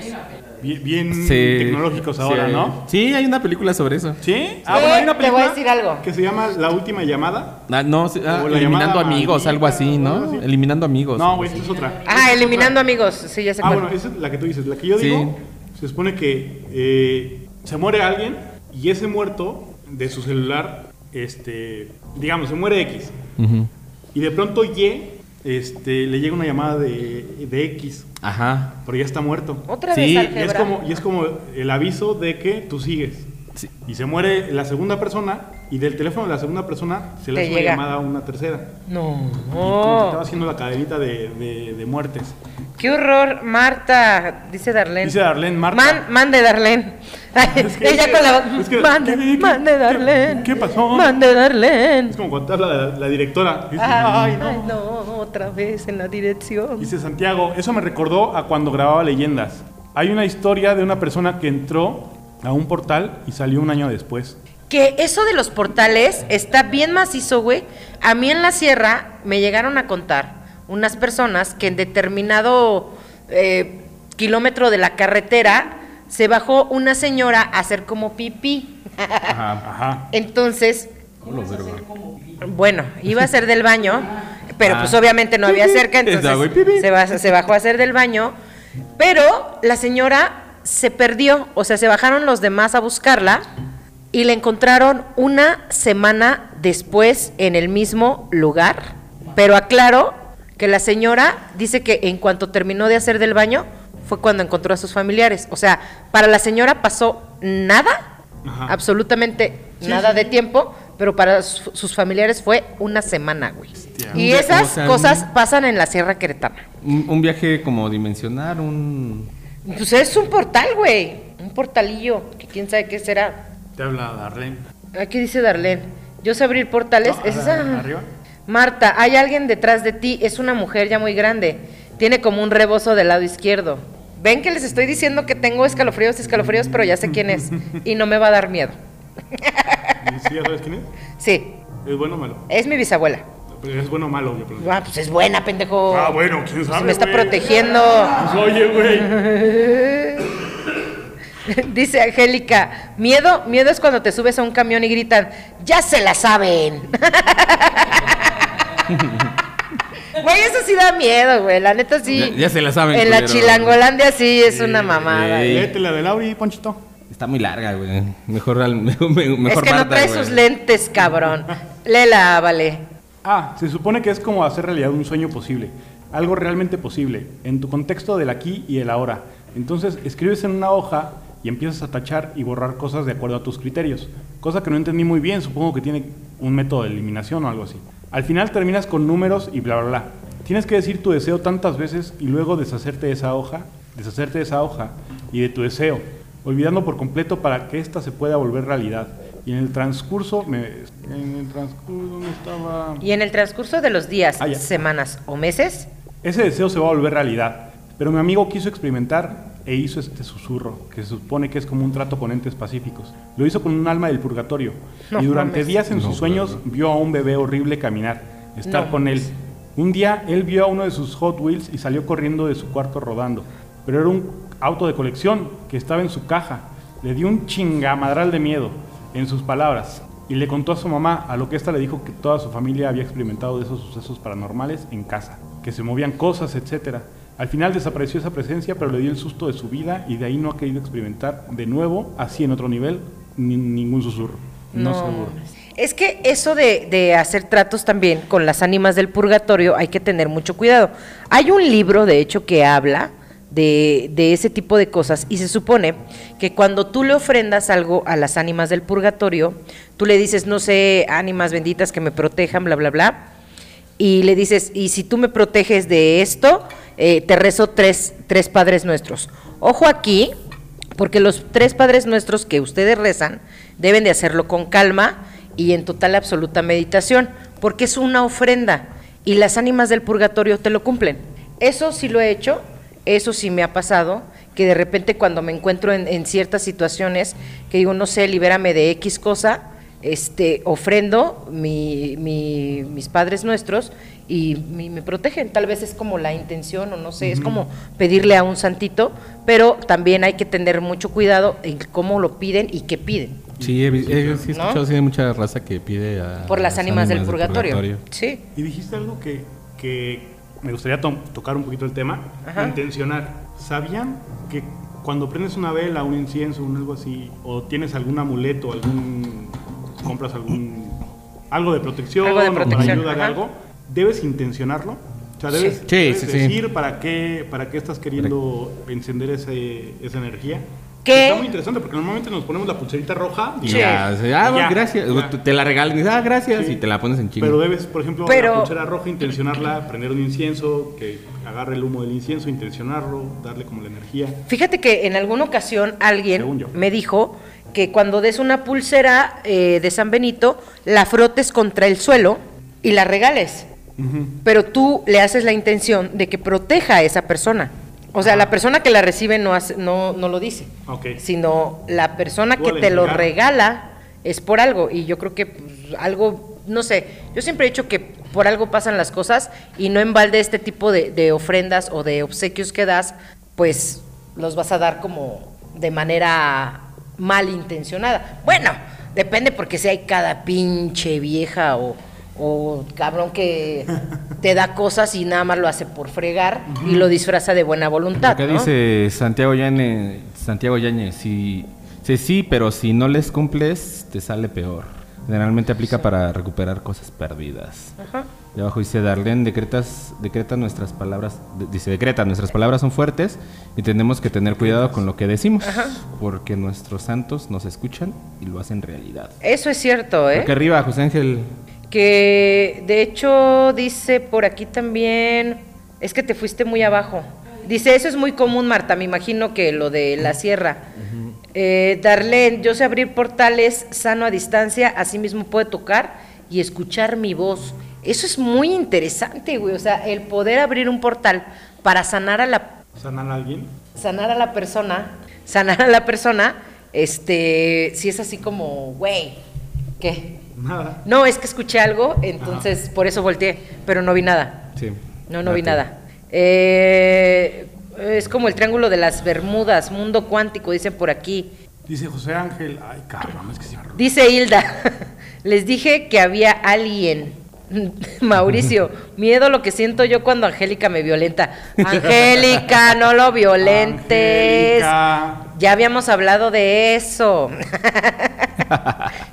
Bien, bien Sí. Mm, tecnológicos ahora, Sí. ¿no? Sí, hay una película sobre eso. ¿Sí? Ah, Eh, te voy a decir algo. que se llama La Última Llamada. Ah, no, sí, ah, O la eliminando llamada amigos, maldita, algo así, o ¿no? algo así. Eliminando amigos. No, güey, esa es otra. Ah, eliminando amigos. Sí, ya sé Ah, cuál. bueno, esa es la que tú dices. La que yo Sí. digo, se supone que eh, se muere alguien y ese muerto de su celular, este, digamos, se muere X. Ujú. Y de pronto Y este, le llega una llamada de, de X, Ajá. pero ya está muerto. Otra Sí, vez Y es, álgebra. como, y es como el aviso de que tú sigues. Sí. Y se muere la segunda persona y del teléfono de la segunda persona se le Te hace una llega. llamada a una tercera. No. Y Oh. como que estaba haciendo la cadenita de, de- de muertes. Qué horror, Marta, dice Darlene. Dice Darlene, Marta. Man, mande Darlene. Ay, Es que- ella con la voz. es que- mande, ¿qué- qué- mande qué- Darlene. qué pasó? Mande Darlene. Es como cuando te habla la, la directora. Dice, Ay, "Ay, no". ay, no, otra vez en la dirección. Dice Santiago, eso me recordó a cuando grababa leyendas. Hay una historia de una persona que entró a un portal y salió un año después. Que eso de los portales está bien macizo, güey. A mí en la sierra me llegaron a contar unas personas que en determinado eh, kilómetro de la carretera se bajó una señora a hacer como pipí. Ajá, ajá. Entonces, bueno, iba a hacer del baño, pero pues obviamente no había cerca, Está, güey, entonces pipí. se, bas- se bajó a hacer del baño, pero la señora se perdió, o sea, se bajaron los demás a buscarla y la encontraron una semana después en el mismo lugar, pero aclaro que la señora dice que en cuanto terminó de hacer del baño fue cuando encontró a sus familiares, o sea, para la señora pasó nada, absolutamente nada de tiempo, pero para su- sus familiares fue una semana, güey. Y Una esas cosa, cosas un- pasan en la Sierra Queretana. Un, un viaje como dimensional, un... Pues es un portal, güey. Un portalillo, que quién sabe qué será. Te habla Darlene. Aquí dice Darlene. Yo sé abrir portales. No, ¿Es a- esa? arriba. Marta, hay alguien detrás de ti. Es una mujer ya muy grande. Tiene como un rebozo del lado izquierdo. Ven que les estoy diciendo que tengo escalofríos, escalofríos, pero ya sé quién es. Y no me va a dar miedo. ¿Sí ya sabes quién es? Sí, ¿Es bueno o malo? es mi bisabuela. Es bueno o malo, yo pregunto. Ah, pues es buena, pendejo. Ah, bueno, quién Pues sabe. me está güey? protegiendo. Pues, oye, güey. Dice Angélica, miedo, miedo es cuando te subes a un camión y gritan, ya se la saben. Güey, eso sí da miedo, güey. La neta sí. Ya- ya se la saben, En la culero. Chilangolandia sí es una mamada. güey. güey. Léete la de Lauri, Ponchito. Está muy larga, güey. Mejor, al- mejor, mejor es que no Marta, trae güey. sus lentes, cabrón. Lela, vale. Ah, se supone que es como hacer realidad un sueño posible, algo realmente posible, en tu contexto del aquí y el ahora. Entonces, escribes en una hoja y empiezas a tachar y borrar cosas de acuerdo a tus criterios, cosa que no entendí muy bien, supongo que tiene un método de eliminación o algo así. Al final terminas con números y bla, bla, bla. Tienes que decir tu deseo tantas veces y luego deshacerte de esa hoja, deshacerte de esa hoja y de tu deseo, olvidando por completo para que ésta se pueda volver realidad. Y en el transcurso, me, en el transcurso, ¿dónde estaba? Y en el transcurso de los días, Ah, ya. semanas o meses, Ese deseo se va a volver realidad, pero mi amigo quiso experimentar e hizo este susurro, que se supone que es como un trato con entes pacíficos. Lo hizo con un alma del purgatorio No y durante mames. días en No, sus sueños vio a un bebé horrible caminar, estar No con él. Un día él vio a uno de sus Hot Wheels y salió corriendo de su cuarto rodando, pero era un auto de colección que estaba en su caja. Le dio un chingamadral de miedo, en sus palabras, y le contó a su mamá, a lo que ésta le dijo que toda su familia había experimentado de esos sucesos paranormales en casa, que se movían cosas, etc. Al final desapareció esa presencia, pero le dio el susto de su vida y de ahí no ha querido experimentar de nuevo, así en otro nivel, ni- ningún susurro. No, No. seguro. Es que eso de, de hacer tratos también con las ánimas del purgatorio hay que tener mucho cuidado. Hay un libro, de hecho, que habla de, de ese tipo de cosas y se supone que cuando tú le ofrendas algo a las ánimas del purgatorio, tú le dices, no sé, ánimas benditas que me protejan, bla, bla, bla, y le dices, y si tú me proteges de esto, eh, te rezo tres, tres padres nuestros. Ojo aquí, porque los tres padres nuestros que ustedes rezan deben de hacerlo con calma y en total absoluta meditación, porque es una ofrenda y las ánimas del purgatorio te lo cumplen. Eso sí lo he hecho, eso sí me ha pasado, que de repente cuando me encuentro en, en ciertas situaciones, que digo, no sé, libérame de X cosa, este, ofrendo mi- mi- mis padres nuestros y mi- me protegen. Tal vez es como la intención o no sé, es como pedirle a un santito, pero también hay que tener mucho cuidado en cómo lo piden y qué piden Sí, he, vi- he- sí he ¿No? escuchado, sí, hay mucha raza que pide a... por las, ánimas, del, purgatorio. purgatorio. Sí. Y dijiste algo que, que me gustaría to- tocar un poquito el tema, Ajá. intencionar. ¿Sabían que cuando prendes una vela, un incienso, un algo así, o tienes algún amuleto, algún compras algún algo de protección, Algo de o para protección, ayuda de ajá. algo, debes intencionarlo? O sea, debes, Sí. Sí, debes sí, sí. decir para qué para qué estás queriendo encender ese, esa energía. ¿Qué? Está muy interesante porque normalmente nos ponemos la pulserita roja y Y Sí. ya, o sea, ah, bueno, Ya, gracias. ya. Te la regalan y dices, ah, gracias, Sí. y te la pones en chingo. Pero debes, por ejemplo, Pero- la pulsera roja, intencionarla, prender un incienso, que agarre el humo del incienso, intencionarlo, darle como la energía. Fíjate que en alguna ocasión Según alguien yo. me dijo que cuando des una pulsera eh, de San Benito, la frotes contra el suelo y la regales. Pero tú le haces la intención de que proteja a esa persona. O O sea, la persona que la recibe no, hace- no, no lo dice, Ok. sino la persona Tú que al te lo entregar. regala es por algo. Y yo creo que pues, algo, no sé, yo siempre he dicho que por algo pasan las cosas y no en balde este tipo de, de ofrendas o de obsequios que das, pues los vas a dar como de manera malintencionada. Bueno, depende porque si hay cada pinche vieja o, o cabrón que te da cosas y nada más lo hace por fregar y lo disfraza de buena voluntad. Acá ¿no? dice Santiago Yáñez, Santiago Yáñez, si, si sí, pero si no les cumples, te sale peor. Generalmente aplica para recuperar cosas perdidas. Ajá. De abajo dice Darlene, decretas, decreta nuestras palabras, de- dice decreta, nuestras palabras son fuertes y tenemos que tener cuidado con lo que decimos, porque nuestros santos nos escuchan y lo hacen realidad. Eso es cierto, ¿eh? Acá arriba, José Ángel, Que de hecho dice por aquí también, es que te fuiste muy abajo. Dice, eso es muy común, Marta, me imagino que lo de la sierra. Eh, Darlene, yo sé abrir portales sano a distancia, así mismo puedo tocar y escuchar mi voz. Eso es muy interesante, güey. O sea, el poder abrir un portal para sanar a la ¿Sanan a alguien? sanar a la persona, sanar a la persona, este, si es así como, güey, ¿qué? Nada. No, es que escuché algo, entonces por eso volteé, pero no vi nada. sí. No, no vi Ah, nada. Eh, es como el triángulo de las Bermudas, mundo cuántico, dicen por aquí. Dice José Ángel. Ay, cabrón, es que se me arruinó. Dice Hilda, les dije que había alguien. Mauricio, miedo lo que siento yo cuando Angélica me violenta. Angélica, no lo violentes. Angélica. Ya habíamos hablado de eso.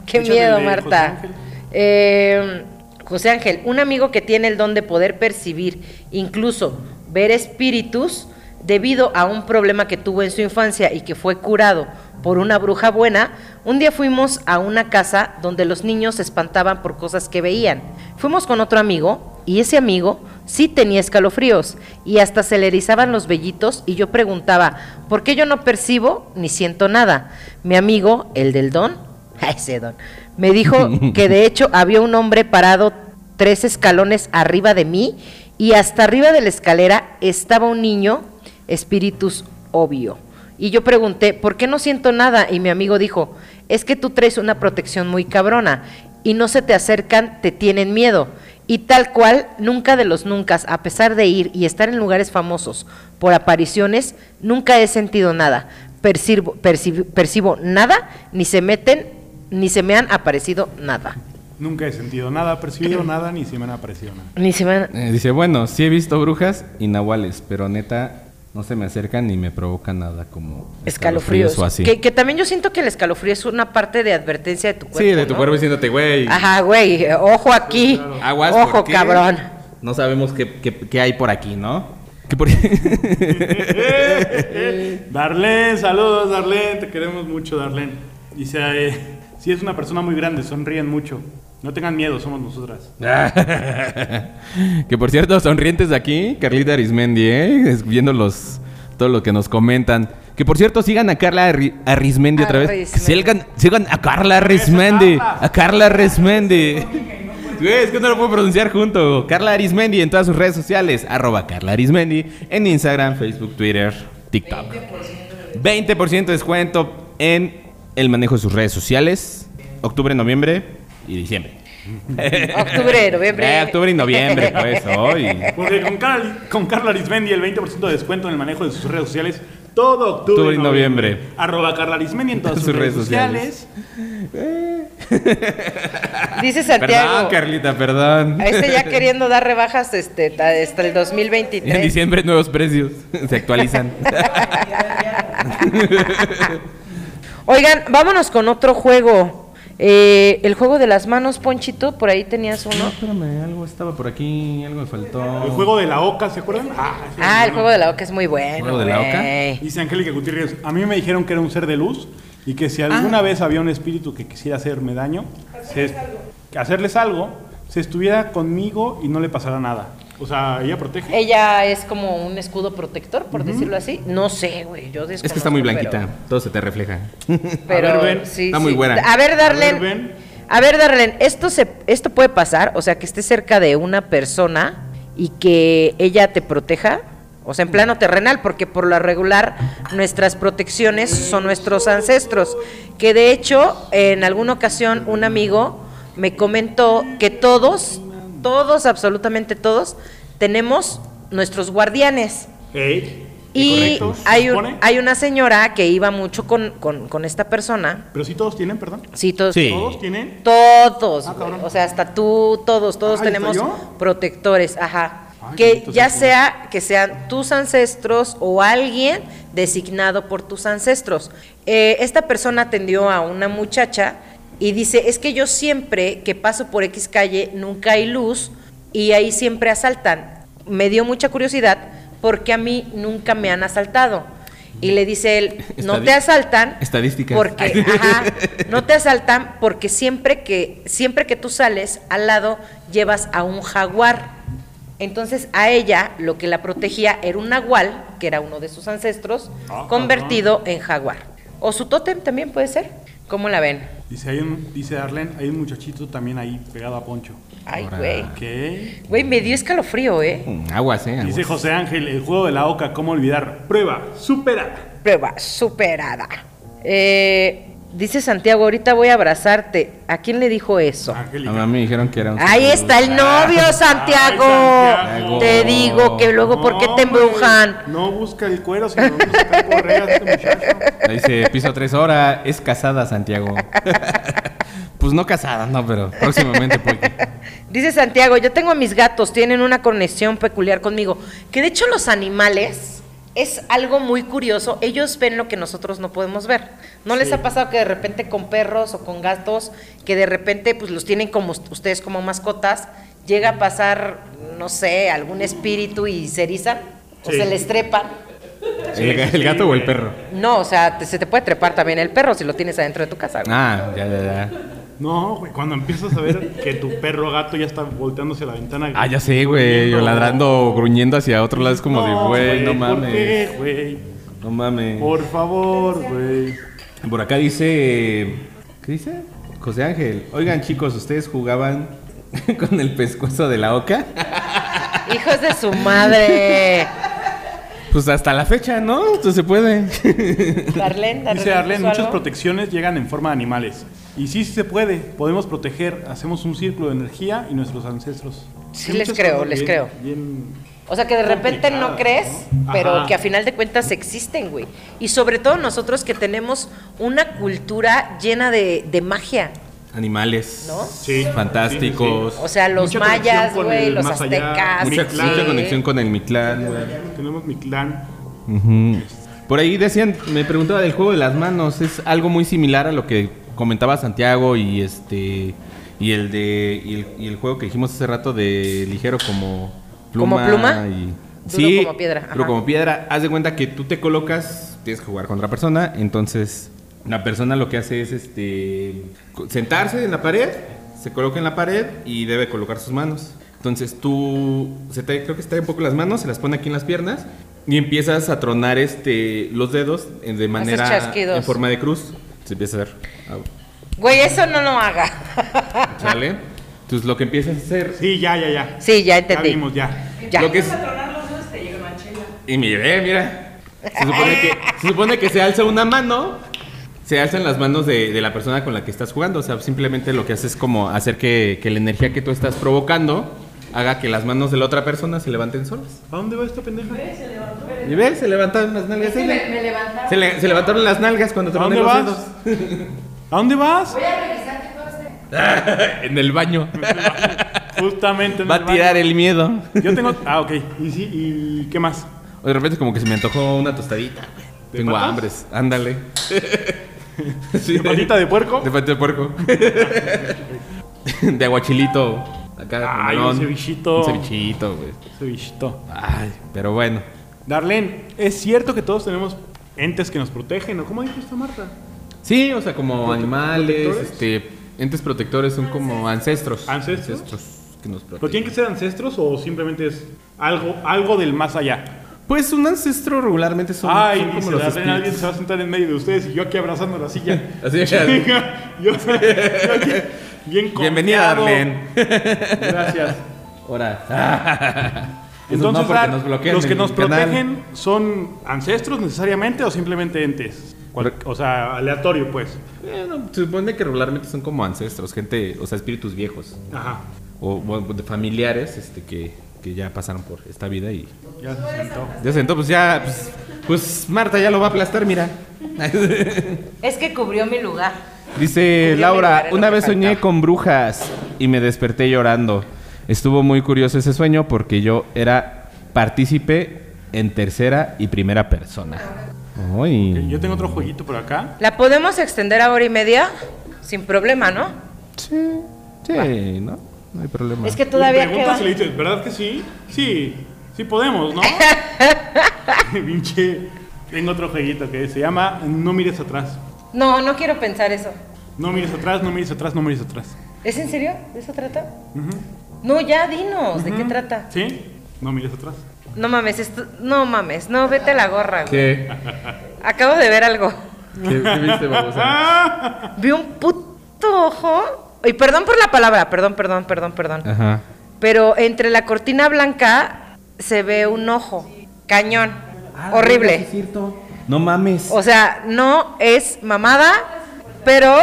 Qué Échale miedo, el de José Marta. Ángel. Eh, José Ángel, un amigo que tiene el don de poder percibir, incluso ver espíritus, debido a un problema que tuvo en su infancia y que fue curado por una bruja buena, un día fuimos a una casa donde los niños se espantaban por cosas que veían. Fuimos con otro amigo y ese amigo sí tenía escalofríos y hasta se le erizaban los vellitos y yo preguntaba, ¿por qué yo no percibo ni siento nada? Mi amigo, el del don, a ese don. Me dijo que de hecho había un hombre parado tres escalones arriba de mí y hasta arriba de la escalera estaba un niño, espíritus obvio. Y yo pregunté, ¿por qué no siento nada? Y mi amigo dijo, es que tú traes una protección muy cabrona y no se te acercan, te tienen miedo. Y tal cual, nunca de los nunca, a pesar de ir y estar en lugares famosos por apariciones, nunca he sentido nada. Percibo, percibo, percibo nada, ni se meten, ni se me han aparecido nada. Nunca he sentido nada, percibido nada, ni si me han aparecido nada. Ni se me han... Eh, dice, bueno, sí he visto brujas y nahuales, pero neta no se me acercan ni me provocan nada como Escalofríos. o así. Que, que también yo siento que el escalofrío es una parte de advertencia de tu cuerpo. sí, de tu ¿no? cuervo diciéndote, güey. Ajá, güey, eh, ojo aquí. Aguas, ojo, porque cabrón. No sabemos qué, qué- qué hay por aquí, ¿no? Que por- Dice Darlene, saludos Darlene, te queremos mucho Darlene. Dice, eh, si es una persona muy grande, sonríen mucho. No tengan miedo, somos nosotras. que por cierto, sonrientes de aquí, Carlita Arismendi, ¿eh? Es- Viendo los, todo lo que nos comentan. Que por cierto, sigan a Carla Arri- Arismendi otra vez. Arrismendi. Sigan, sigan a Carla Arismendi. A Carla Arismendi. Güey, es que no lo puedo pronunciar junto. Carla Arismendi en todas sus redes sociales. Arroba Carla Arismendi en Instagram, Facebook, Twitter, TikTok. 20% de descuento en el manejo de sus redes sociales. Octubre, noviembre y diciembre. Octubre, noviembre. Eh, octubre y noviembre, pues, hoy. Este Porque con, Car- con Carla Arismendi el 20% de descuento en el manejo de sus redes sociales todo octubre Octubre y noviembre. Arroba Carla Arismendi en todas sus, redes sociales. Dice Santiago. Perdón, Carlita, perdón. A este ya queriendo dar rebajas este, ta- hasta el En 2023. diciembre nuevos precios se actualizan. Oigan, vámonos con otro juego. Eh, el juego de las manos, Ponchito, por ahí tenías uno. espérame, algo estaba por aquí, algo me faltó. El juego de la OCA, ¿se acuerdan? Ah, sí, Ah, el bueno. juego de la oca es muy bueno. ¿Juego de la oca? güey. Dice Angélica Gutiérrez, a mí me dijeron que era un ser de luz y que si alguna vez había un espíritu que quisiera hacerme daño, se- que hacerles algo, se estuviera conmigo y no le pasara nada. O sea, ella protege. Ella es como un escudo protector, por decirlo así. No sé, güey, yo Es que está muy desconozco, blanquita, todo se te refleja. Pero, pero A ver, ven. sí, Está muy sí. buena. A ver, Darlene. A ver, ven. A ver, Darlene, esto se, esto puede pasar, o sea, que estés cerca de una persona y que ella te proteja. O sea, en plano terrenal, porque por lo regular nuestras protecciones son nuestros ancestros. Que de hecho, en alguna ocasión un amigo me comentó que todos, todos, absolutamente todos, tenemos nuestros guardianes. Ey, Y correcto, se hay, un- supone. hay una señora que iba mucho con, con- con esta persona. Pero si todos tienen, perdón. Sí, todos. Sí. Todos tienen. Todos, Ah, güey. cabrón. o sea, hasta tú, todos, todos Ah, ¿y hasta tenemos yo? protectores, ajá. Ay, que bendito ya sea el sea que sean tus ancestros o alguien designado por tus ancestros. Eh, esta persona atendió a una muchacha y dice, es que yo siempre que paso por X calle nunca hay luz y ahí siempre asaltan. Me dio mucha curiosidad porque a mí nunca me han asaltado. Y le dice él, no Estadi- te asaltan Estadísticas. porque, ajá, no te asaltan porque siempre que, siempre que tú sales al lado llevas a un jaguar. Entonces a ella lo que la protegía era un nahual, que era uno de sus ancestros, convertido en jaguar. O su tótem también puede ser. ¿Cómo la ven? Dice, hay un- dice Arlen, hay un muchachito también ahí pegado a Poncho. Ay, Ahora. güey. ¿Qué? Güey, me dio escalofrío, ¿eh? Mm, Aguas, eh. Dice aguas. José Ángel, el juego de la oca, ¿cómo olvidar? Prueba, supera. Prueba superada. Eh, dice Santiago, ahorita voy a abrazarte. ¿A quién le dijo eso? A Angélica. mí me dijeron que era un Ahí está el novio, Santiago. Santiago. Te digo que luego, ¿por qué No, te hombre, embrujan? No busca el cuero, sino busca el correa de este muchacho. Ahí Dice, piso 3 horas, es casada, Santiago. pues no casada, no, pero próximamente, porque. Dice Santiago, yo tengo a mis gatos, tienen una conexión peculiar conmigo. Que de hecho los animales es algo muy curioso. Ellos ven lo que nosotros no podemos ver. ¿No les ha pasado que de repente con perros o con gatos, que de repente pues los tienen como ust- ustedes como mascotas, llega a pasar, no sé, algún espíritu y se erizan o Sí. se les trepan? ¿El, el sí, gato o güey. el perro? No, o sea, te- se te puede trepar también el perro si lo tienes adentro de tu casa. güey. Ah, ya, ya, ya. No, güey, cuando empiezas a ver que tu perro gato ya está volteándose a la ventana. Ah, ya sé, güey. Yo ladrando, gruñendo hacia otro lado, es como de, güey, no ¿Por mames. qué, güey? No mames. Por favor, güey. Por acá dice. ¿Qué dice? José Ángel. Oigan, chicos, ¿ustedes jugaban con el pescuezo de la oca? Hijos de su madre. Pues hasta la fecha, ¿no? Esto se puede. Darlene, Darlene. Dice Arlen, ¿puso muchas algo? protecciones llegan en forma de animales. Y sí, sí se puede. Podemos proteger. Hacemos un círculo de energía y nuestros ancestros. Sí, Hay les muchas creo, cosas les bien- creo. bien- O sea, que de repente no complicadas, crees, ¿no? pero Ajá. que a final de cuentas existen, güey. Y sobre todo nosotros que tenemos una cultura llena de, de magia, Animales. ¿no? Sí. Fantásticos. O sea, los Mucha conexión mayas, con güey, el los más allá, aztecas. Mucha, sí. mucha conexión con el Mictlán, güey. Tenemos mi clan. Ujú. Por ahí decían, me preguntaba del juego de las manos, es algo muy similar a lo que comentaba Santiago y este y el de y el, y el juego que dijimos hace rato de ligero como pluma, ¿Como pluma? y Duro como piedra, Duro ajá. como piedra, haz de cuenta que tú te colocas, tienes que jugar contra persona, entonces la persona lo que hace es este co- sentarse en la pared, se coloca en la pared y debe colocar sus manos. Entonces tú se te, creo que se te un poco las manos, se las pone aquí en las piernas y empiezas a tronar este los dedos eh, de manera chasquidos. en forma de cruz. Se empieza a hacer. au, Güey, eso no lo haga. ¿Sale? Entonces lo que empiezas a hacer Sí, ya, ya, ya. sí, ya Ya entendí. vimos, ya. Ya. Lo que es... Y me llevé, mira. Se supone, que, se supone que se alza una mano. Se alzan las manos de, de la persona con la que estás jugando. O sea, simplemente lo que haces es como hacer que, que la energía que tú estás provocando haga que las manos de la otra persona se levanten solas. ¿A dónde va esta pendeja? ¿Y ves? Se levantaron las nalgas. Se, le- se levantaron las nalgas cuando te ¿A dónde ponen los vas? dedos. ¿A dónde vas? En el baño. Justamente. en Va el a baño. tirar el miedo. Yo tengo. Ah, ok. ¿Y, sí, y qué más? O de repente como que se me antojó una tostadita. güey. ¿De Tengo patas? hambres. Ándale. Sí. ¿De patita de puerco? De patita de puerco. de aguachilito. Acá, Ay, con melón. un cevichito. Un cevichito, güey. Cevichito. Ay, pero bueno. Darlene, ¿es cierto que todos tenemos entes que nos protegen? ¿O cómo dijo esta Marta? Sí, o sea, como animales, protectores? este, entes protectores son como ancestros. ¿Ancestros? que nos ¿Pero tienen protegen. que ser ancestros o simplemente es algo, algo del más allá? Pues un ancestro regularmente son, Ay, son dice como los Darlene, alguien espíritus. se va a sentar en medio de ustedes y yo aquí abrazando la silla. Así es. Chinga, yo, yo aquí, bien Bienvenida, confiado. Darlene. Gracias. Ahora. Esos Entonces, no, porque Dar, nos bloquean los que el nos canal. protegen son ancestros necesariamente o simplemente entes. Cual- Pero- o sea, aleatorio, pues. Bueno, se supone que regularmente son como ancestros, gente, o sea, espíritus viejos. Ajá. O, o de familiares este, que, que ya pasaron por esta vida y. Ya se sentó. Ya se sentó, pues ya. Pues, pues Marta ya lo va a aplastar, mira. Es que cubrió mi lugar. Dice Cúbreme, Laura, lugar, es una lo que vez soñé faltaba". con brujas y me desperté llorando. Estuvo muy curioso ese sueño porque yo era partícipe en tercera y primera persona. Ay. Yo tengo otro jueguito por acá. ¿La podemos extender a hora y media? Sin problema, ¿no? Sí, sí, ¿no? No hay problema. Es que todavía Le queda. preguntas y le dices, ¿verdad que sí? Sí, sí podemos, ¿no? Pinche. Tengo otro jueguito que se llama No mires atrás. No, no quiero pensar eso. No mires atrás, no mires atrás, no mires atrás. ¿Es en serio? ¿De eso trata? No, ya dinos, ¿de qué trata? ¿Sí? No mires atrás. No mames, esto- no mames, no, vete a la gorra, güey. ¿Qué? Acabo de ver algo. ¿Qué, qué viste, babosa? Ah, Vi un puto ojo. Y perdón por la palabra, perdón, perdón, perdón, perdón. Ajá. Pero entre la cortina blanca se ve un ojo. Cañón. Ah, Horrible. No mames. O sea, no es mamada, pero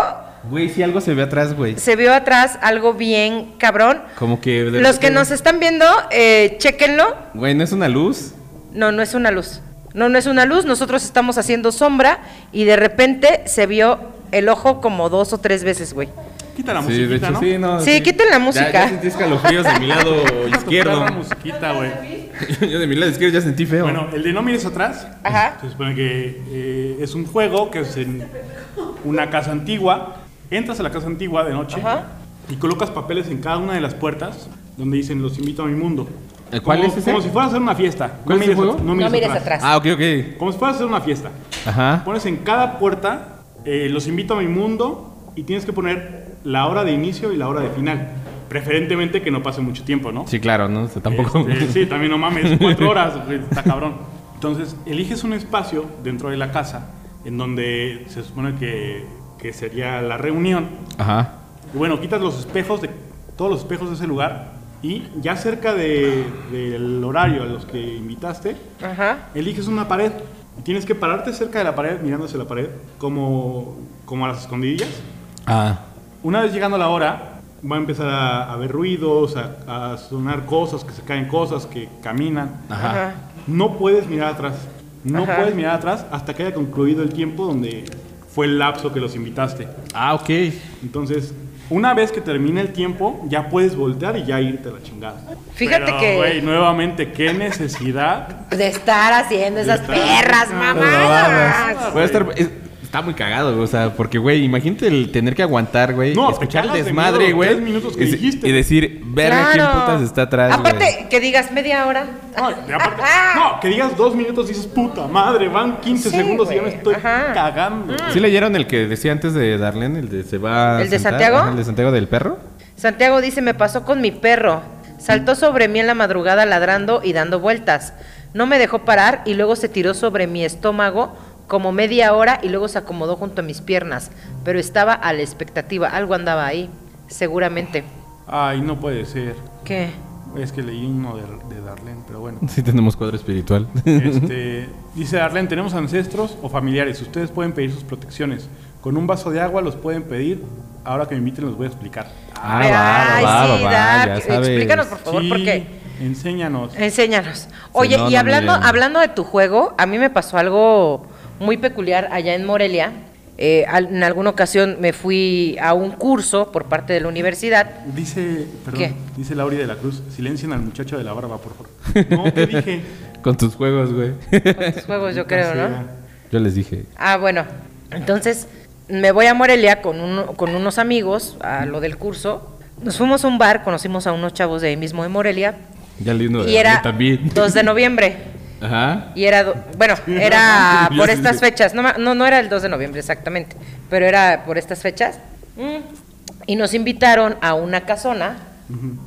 Güey, si algo se ve atrás, güey. se vio atrás algo bien cabrón. Como que... de Los que repente- nos están viendo, eh, chéquenlo. Güey, ¿no es una luz? No, no es una luz. No, no es una luz. Nosotros estamos haciendo sombra y de repente se vio el ojo como dos o tres veces, güey. Quita la musiquita, de hecho, ¿no? sí, no. Sí, quiten la Ya- Ya, música. sentí escalofríos de mi lado izquierdo. Quita la musiquita, güey. Yo de mi lado izquierdo ya sentí feo. Bueno, el de No mires atrás. Ajá. Se supone que eh, es un juego que es en una casa antigua. Entras a la casa antigua de noche Ajá. y colocas papeles en cada una de las puertas donde dicen los invito a mi mundo. ¿Eh, cuál como, es ese? Como si fueras a hacer una fiesta. ¿Cuál es el juego? at- No mires atrás. Ah, ok, ok. Como si fueras a hacer una fiesta. Ajá. Pones en cada puerta eh, los invito a mi mundo y tienes que poner la hora de inicio y la hora de final. Preferentemente que no pase mucho tiempo, ¿no? Sí, claro, ¿no? O sea, tampoco... Este, sí, también no mames, cuatro horas, güey, está cabrón. Entonces, eliges un espacio dentro de la casa en donde se supone que, que sería la reunión. Ajá. Y bueno, quitas los espejos, de todos los espejos de ese lugar y ya cerca de- del horario a los que invitaste, Ajá. eliges una pared. Y tienes que pararte cerca de la pared, mirando hacia la pared, como, como a las escondidillas. Ah. Una vez llegando la hora, va a empezar a, a haber ruidos, a, a sonar cosas, que se caen cosas, que caminan. Ajá. Ajá. No puedes mirar atrás. No Ajá. puedes mirar atrás hasta que haya concluido el tiempo donde fue el lapso que los invitaste. Ah, ok. Entonces, una vez que termine el tiempo, ya puedes voltear y ya irte a la chingada. Fíjate Pero, que- güey, nuevamente, qué necesidad. De estar haciendo esas estar- perras, mamadas. Voy a estar... es- Está muy cagado, güey. O sea, porque, güey, imagínate el tener que aguantar, güey. No, escuchar te cagas el de desmadre, miedo los güey. tres minutos que y, se- dijiste. y decir, verga quién Claro. putas está atrás, güey. Aparte, que digas media hora. Ah. No, y aparte- no, que digas dos minutos y dices, puta madre, van 15 Sí, segundos y ya me güey, estoy ajá. Mm. cagando. ¿Sí leyeron el que decía antes de Darlene? El de se va. a ¿El de sentar? Santiago? Ajá, el de Santiago del perro. Santiago dice, me pasó con mi perro. Saltó sobre mí en la madrugada ladrando y dando vueltas. No me dejó parar y luego se tiró sobre mi estómago como media hora y luego se acomodó junto a mis piernas. Pero estaba a la expectativa, algo andaba ahí, seguramente. Ay, no puede ser. ¿Qué? Es que leí uno de, de Darlene, pero bueno. Sí, tenemos cuadro espiritual. Este, dice Darlene, tenemos ancestros o familiares. Ustedes pueden pedir sus protecciones. Con un vaso de agua los pueden pedir. Ahora que me inviten los voy a explicar. Ah, Ay, va, va, sí, va, Dar, ya que- sabes. explícanos, por favor, Sí, por qué. Enséñanos. Enséñanos. Oye, no, y no, hablando, miren. hablando de tu juego, a mí me pasó algo muy peculiar allá en Morelia. Eh, al- en alguna ocasión me fui a un curso por parte de la universidad. Dice, perdón, ¿Qué? dice Lauri de la Cruz, silencien al muchacho de la barba, por favor. No, ¿qué dije? Con tus juegos, güey. Con tus juegos, yo creo, ¿no? Yo les dije. Ah, bueno. Entonces, me voy a Morelia con, uno- con unos amigos a lo del curso. Nos fuimos a un bar, conocimos a unos chavos de ahí mismo de Morelia. Ya leí uno de Y era Darlene también. 2 de noviembre. Ajá. Y era, do- bueno, era Sí, por sí, estas sí. fechas, no, ma- no, no era el 2 de noviembre exactamente, pero era por estas fechas. Mm. Y nos invitaron a una casona,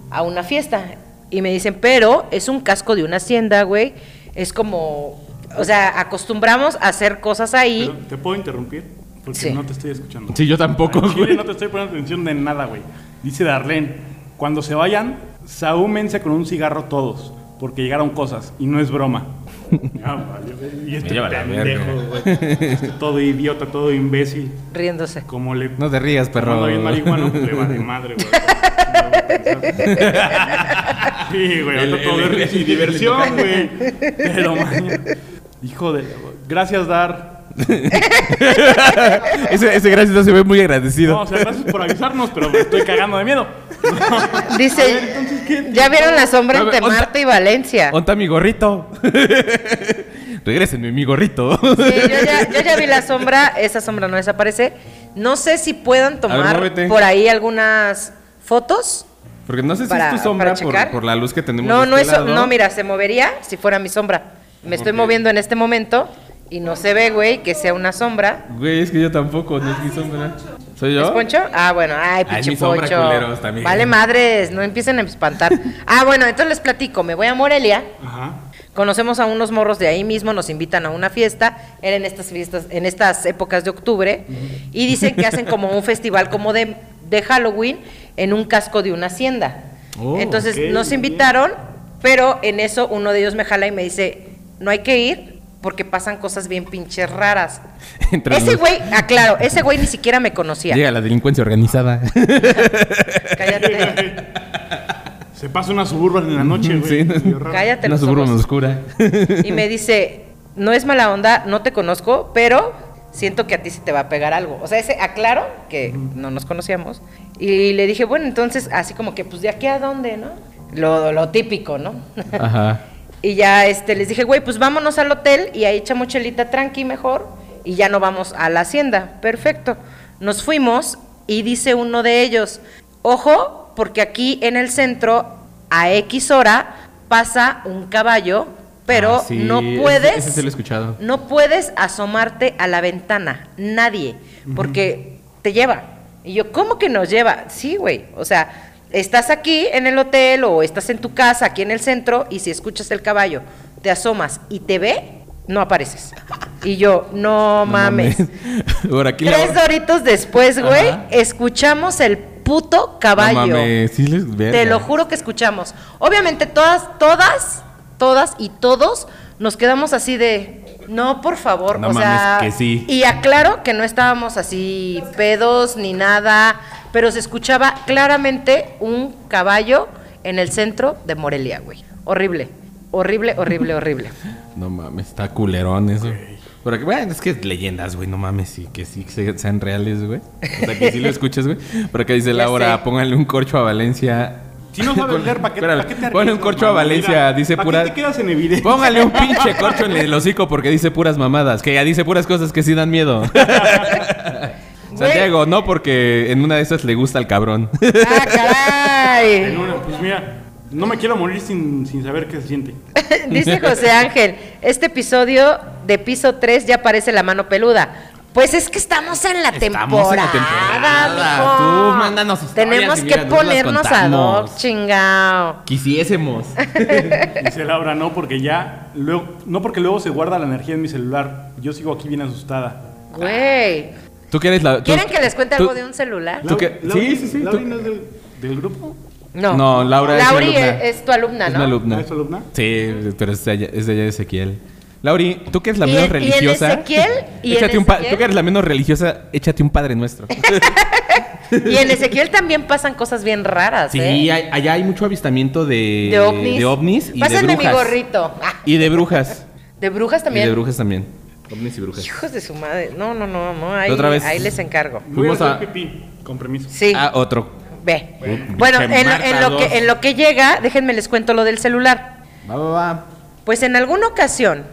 a una fiesta. Y me dicen, pero es un casco de una hacienda, güey. Es como, o sea, acostumbramos a hacer cosas ahí. Perdón, ¿Te puedo interrumpir? Porque Sí. no te estoy escuchando. Sí, yo tampoco, Al chile güey. no te estoy poniendo atención de nada, güey. Dice Darlene, cuando se vayan, sahúmense con un cigarro todos. porque llegaron cosas y no es broma. Ah, valió verga. y este lleva la pendejo, verga. güey. Este todo idiota, todo imbécil. riéndose. Como le No te rías, perro. Cuando bien marihuano, pues, le vale madre, güey. No voy a pensar. Sí, güey, El- ahorita todo el- es el- risa y diversión, güey. Pero, man, hijo de... Gracias, Dar. Ese, ese gracias no se ve muy agradecido. No, o sea, gracias por avisarnos, pero me estoy cagando de miedo. Dice, ¿ya vieron la sombra A ver, entre onda- Marta y Valencia? ¿Onta mi gorrito? Regrésenme mi gorrito. Sí, yo ya, yo ya vi la sombra, esa sombra no desaparece. No sé si puedan tomar muévete. por ahí algunas fotos. Porque no sé si Para- es tu sombra para checar. por, por la luz que tenemos. No, de no este es, so- lado. no, mira, se movería si fuera mi sombra. Me estoy moviendo en este momento y no se ve, güey, que sea una sombra. Güey, es que yo tampoco, no es mi sombra. ¿Soy yo? ¿Es Poncho? Ah, bueno, ay, pinche mi sombra, Poncho. culeros, también. Vale madres, no empiecen a espantar. ah, bueno, entonces les platico, me voy a Morelia. Ajá. Conocemos a unos morros de ahí mismo, nos invitan a una fiesta, eran en estas fiestas, en estas épocas de octubre, y dicen que hacen como un festival como de, de Halloween en un casco de una hacienda. Oh, Entonces ok, nos bien. invitaron, pero en eso uno de ellos me jala y me dice, no hay que ir porque pasan cosas bien pinches raras. Entre ese los- güey, ah, aclaro, ese güey ni siquiera me conocía. Llega la delincuencia organizada. Cállate, Se pasa una suburban en la noche, güey. Sí, no- Medio raro. cállate Una los suburban ojos. oscura. y me dice, no es mala onda, no te conozco, pero siento que a ti se te va a pegar algo. O sea, ese aclaro que no nos conocíamos. Y le dije, bueno, entonces, así como que, pues, ¿de aquí a dónde, no? Lo, lo típico, ¿no? Ajá. y ya este, les dije, güey, pues vámonos al hotel y ahí echamos chelita tranqui mejor y ya no vamos a la hacienda. Perfecto. Nos fuimos y dice uno de ellos, ojo, porque aquí en el centro a X hora pasa un caballo, pero Ah, sí, no ese- puedes... ese sí lo he escuchado. No puedes asomarte a la ventana, nadie, porque te lleva. Y yo, ¿cómo que nos lleva? Sí, güey. O sea, estás aquí en el hotel o estás en tu casa, aquí en el centro, y si escuchas el caballo, te asomas y te ve, no apareces. Y yo, no, No mames. Por aquí la- Tres doritos después, güey, Ajá. escuchamos el puto caballo. No mames, sí les verga. Te lo juro que escuchamos. Obviamente todas, todas, todas y todos nos quedamos así de, no, por favor, No o mames, sea, que sí. y aclaro que no estábamos así pedos ni nada, pero se escuchaba claramente un caballo en el centro de Morelia, güey. Horrible, horrible, horrible, horrible. No mames, está culerón eso. Pero que, bueno, es que leyendas, güey, no mames, y que sí se- sean reales, güey. O sea, que sí lo escuchas, güey. Pero que dice Ya Laura, sé. póngale un corcho a Valencia. Si no sabes Ponle- leer, ¿para qué, espérame, pa' qué te Ponle un arriesgas, corcho a mamá? Valencia, Mira, dice ¿pa' qué pura... te quedas en evidencia? Póngale un pinche corcho en el hocico porque dice puras mamadas. Que ya dice puras cosas que sí dan miedo. Santiago, no, porque en una de esas le gusta al cabrón. Ah, caray. En una- pues mira, no me quiero morir sin, sin saber qué se siente. Dice José Ángel, este episodio de piso 3 ya parece la mano peluda. Pues es que estamos en la Estamos en temporada. la temporada. mijo. Tú mándanos historias Tenemos y que mira, nosotros las ponernos a hoc, contamos. chingao. Quisiésemos. Dice Laura, no, porque ya. Luego, no, porque luego se guarda la energía en mi celular. Yo sigo aquí bien asustada. Güey. ¿Tú quieres la... tú- ¿Quieren que les cuente tú- algo de un celular? ¿Tú qué? Laura- Sí, sí, sí, ¿Laura tú- no es del, del grupo? No. No, Laura es mi Lauri alumna. es, es tu alumna, Es ¿no? mi alumna. ¿Ah, es tu alumna? Sí, pero es de allá, es de, allá de Ezequiel. Lauri, tú que eres la Y menos en- y en religiosa. Ezequiel, y en échate un pa- Ezequiel. Tú que eres la menos religiosa, échate un padre nuestro. Y en Ezequiel también pasan cosas bien raras, sí, ¿eh? hay- allá hay mucho avistamiento de, de ovnis. de ovnis y Pásenme de brujas. mi gorrito. Ah, Y de brujas. de brujas Y también. de brujas también. Ovnis y brujas. Hijos de su madre. No, no, no, no. Ahí, Otra vez. ahí les encargo. Voy Fuimos a... hacer a- pipí, con permiso. Sí. Ah, otro. Ve. Bueno, Bueno, pinche en, lo- Marta en lo dos. que, en lo que llega, déjenme les cuento lo del celular. Va, va, va. Pues en alguna ocasión,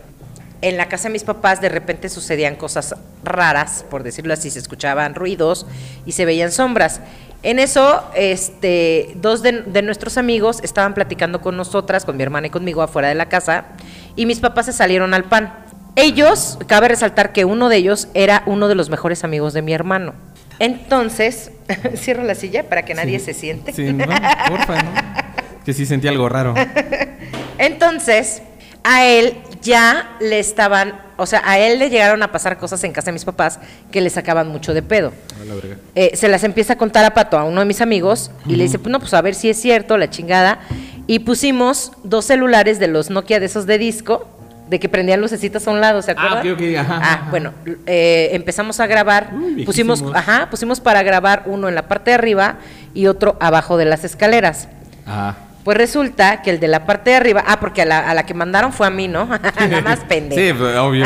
en la casa de mis papás, de repente sucedían cosas raras, por decirlo así, se escuchaban ruidos y se veían sombras. En eso, este, dos de, de nuestros amigos estaban platicando con nosotras, con mi hermana y conmigo, afuera de la casa, y mis papás se salieron al pan. Ellos, cabe resaltar que uno de ellos era uno de los mejores amigos de mi hermano. Entonces, cierro la silla para que nadie Sí. se siente. Sí, no, porfa, ¿no? Que sí sentí algo raro. Entonces, a él ya le estaban, o sea, a él le llegaron a pasar cosas en casa de mis papás que le sacaban mucho de pedo. Eh, se las empieza a contar a Pato, a uno de mis amigos, y le dice, pues no, pues a ver si es cierto, la chingada. y pusimos dos celulares de los Nokia de esos de disco, de que prendían lucecitas a un lado, ¿se Ah, acuerdan? ok, ok, ajá, Ah, ajá. bueno, eh, empezamos a grabar, Uy, pusimos, viejísimos. ajá, pusimos para grabar uno en la parte de arriba y otro abajo de las escaleras. Ah. Pues resulta que el de la parte de arriba, ah, porque a la, a la que mandaron fue a mí, ¿no? la más pendeja. Sí, pues, obvio.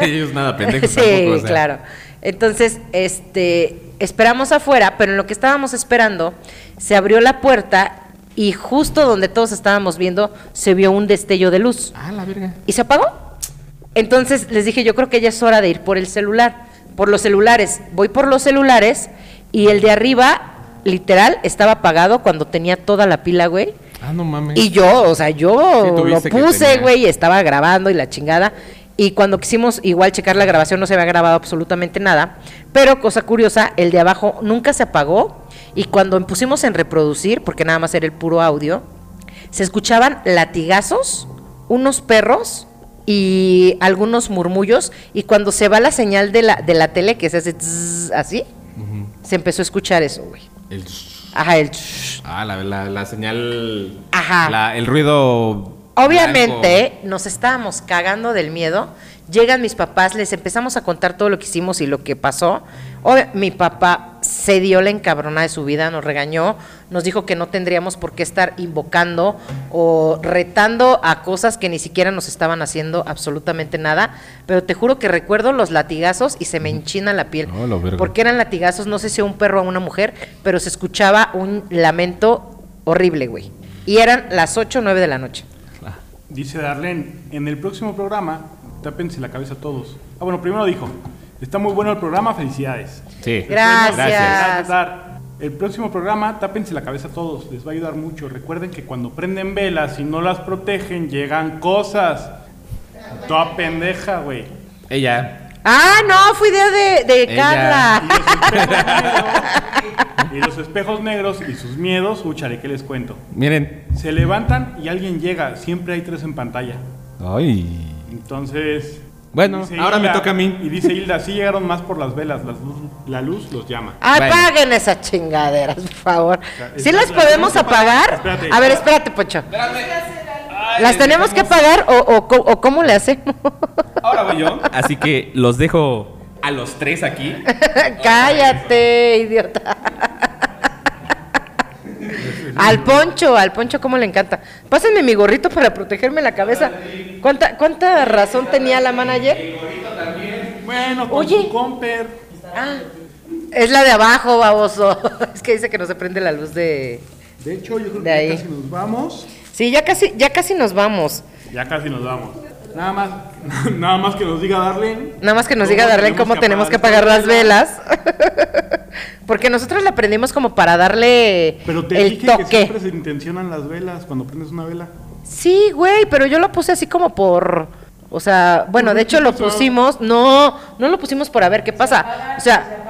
Ellos nada pendejos sí, tampoco, o sea. claro. Entonces, este, esperamos afuera, pero en lo que estábamos esperando, se abrió la puerta y justo donde todos estábamos viendo, se vio un destello de luz. Ah, la verga. ¿Y se apagó? Entonces les dije, yo creo que ya es hora de ir por el celular, por los celulares. Voy por los celulares y el de arriba, literal, estaba apagado cuando tenía toda la pila, güey. Ah, no mames. Y yo, o sea, Sí, yo lo tuviste que puse, tenía. güey, y estaba grabando y la chingada. Y cuando quisimos igual checar la grabación no se había grabado absolutamente nada. Pero cosa curiosa, el de abajo nunca se apagó. Y cuando pusimos en reproducir, porque nada más era el puro audio, se escuchaban latigazos, unos perros y algunos murmullos. Y cuando se va la señal de la, de la tele, que se hace tss, así, se empezó a escuchar eso, güey. El- Ajá, el... Ah, la, la, la señal. Ajá. La- el ruido. Obviamente blanco. nos estábamos cagando del miedo. Llegan mis papás, les empezamos a contar todo lo que hicimos y lo que pasó. Obvia- mi papá se dio la encabronada de su vida, nos regañó, nos dijo que no tendríamos por qué estar invocando o retando a cosas que ni siquiera nos estaban haciendo absolutamente nada. Pero te juro que recuerdo los latigazos y se me enchina la piel. No, lo verga. porque eran latigazos, no sé si a un perro o a una mujer, pero se escuchaba un lamento horrible, güey. Y eran las 8 o 9 de la noche. Dice Darlene, en el próximo programa, tápense la cabeza todos. Ah, bueno, primero dijo, está muy bueno el programa, felicidades. Sí. Gracias. Gracias, Dar. El próximo programa, tápense la cabeza todos, les va a ayudar mucho. Recuerden que cuando prenden velas y no las protegen, llegan cosas. Toda pendeja, güey. Ella. Ah, no, fue idea de, de Ella. Y Carla. los espejos negros- Y los espejos negros y sus miedos, úchale, ¿qué les cuento? Miren. Se levantan y alguien llega, siempre hay tres en pantalla. Ay. Entonces. Bueno, dice ahora me toca a mí. Y dice Hilda, sí llegaron más por las velas, las luz- la luz los llama. Ay, Bueno. Ah, paguen esas chingaderas, por favor. ¿Sí espérate, las espérate, podemos espérate, apagar? espérate. A ver, espérate, Pocho. ¿Las tenemos que apagar o, o co- o cómo le hacemos? Ahora voy yo. Así que los dejo a los tres aquí. Cállate, idiota. Al poncho, al poncho, ¿cómo le encanta? Pásenme mi gorrito para protegerme la cabeza. ¿Cuánta, cuánta razón tenía la manager? Bueno, con Oye. su comper. Ah, es la de abajo, baboso. Es que dice que no se prende la luz de... De hecho, yo creo que De ahí. ya casi nos vamos. Sí, ya casi, ya casi nos vamos. Ya casi nos vamos. Nada más, nada más que nos diga Darlene. Nada más que Pues nos diga Darlene cómo tenemos que apagar las velas. Porque nosotros la prendimos como para darle Pero te el dije que toque. siempre se intencionan las velas cuando prendes una vela. Sí, güey, pero yo lo puse así como por. O sea, bueno, de hecho lo pusimos. No, no lo pusimos por a ver qué pasa. O sea.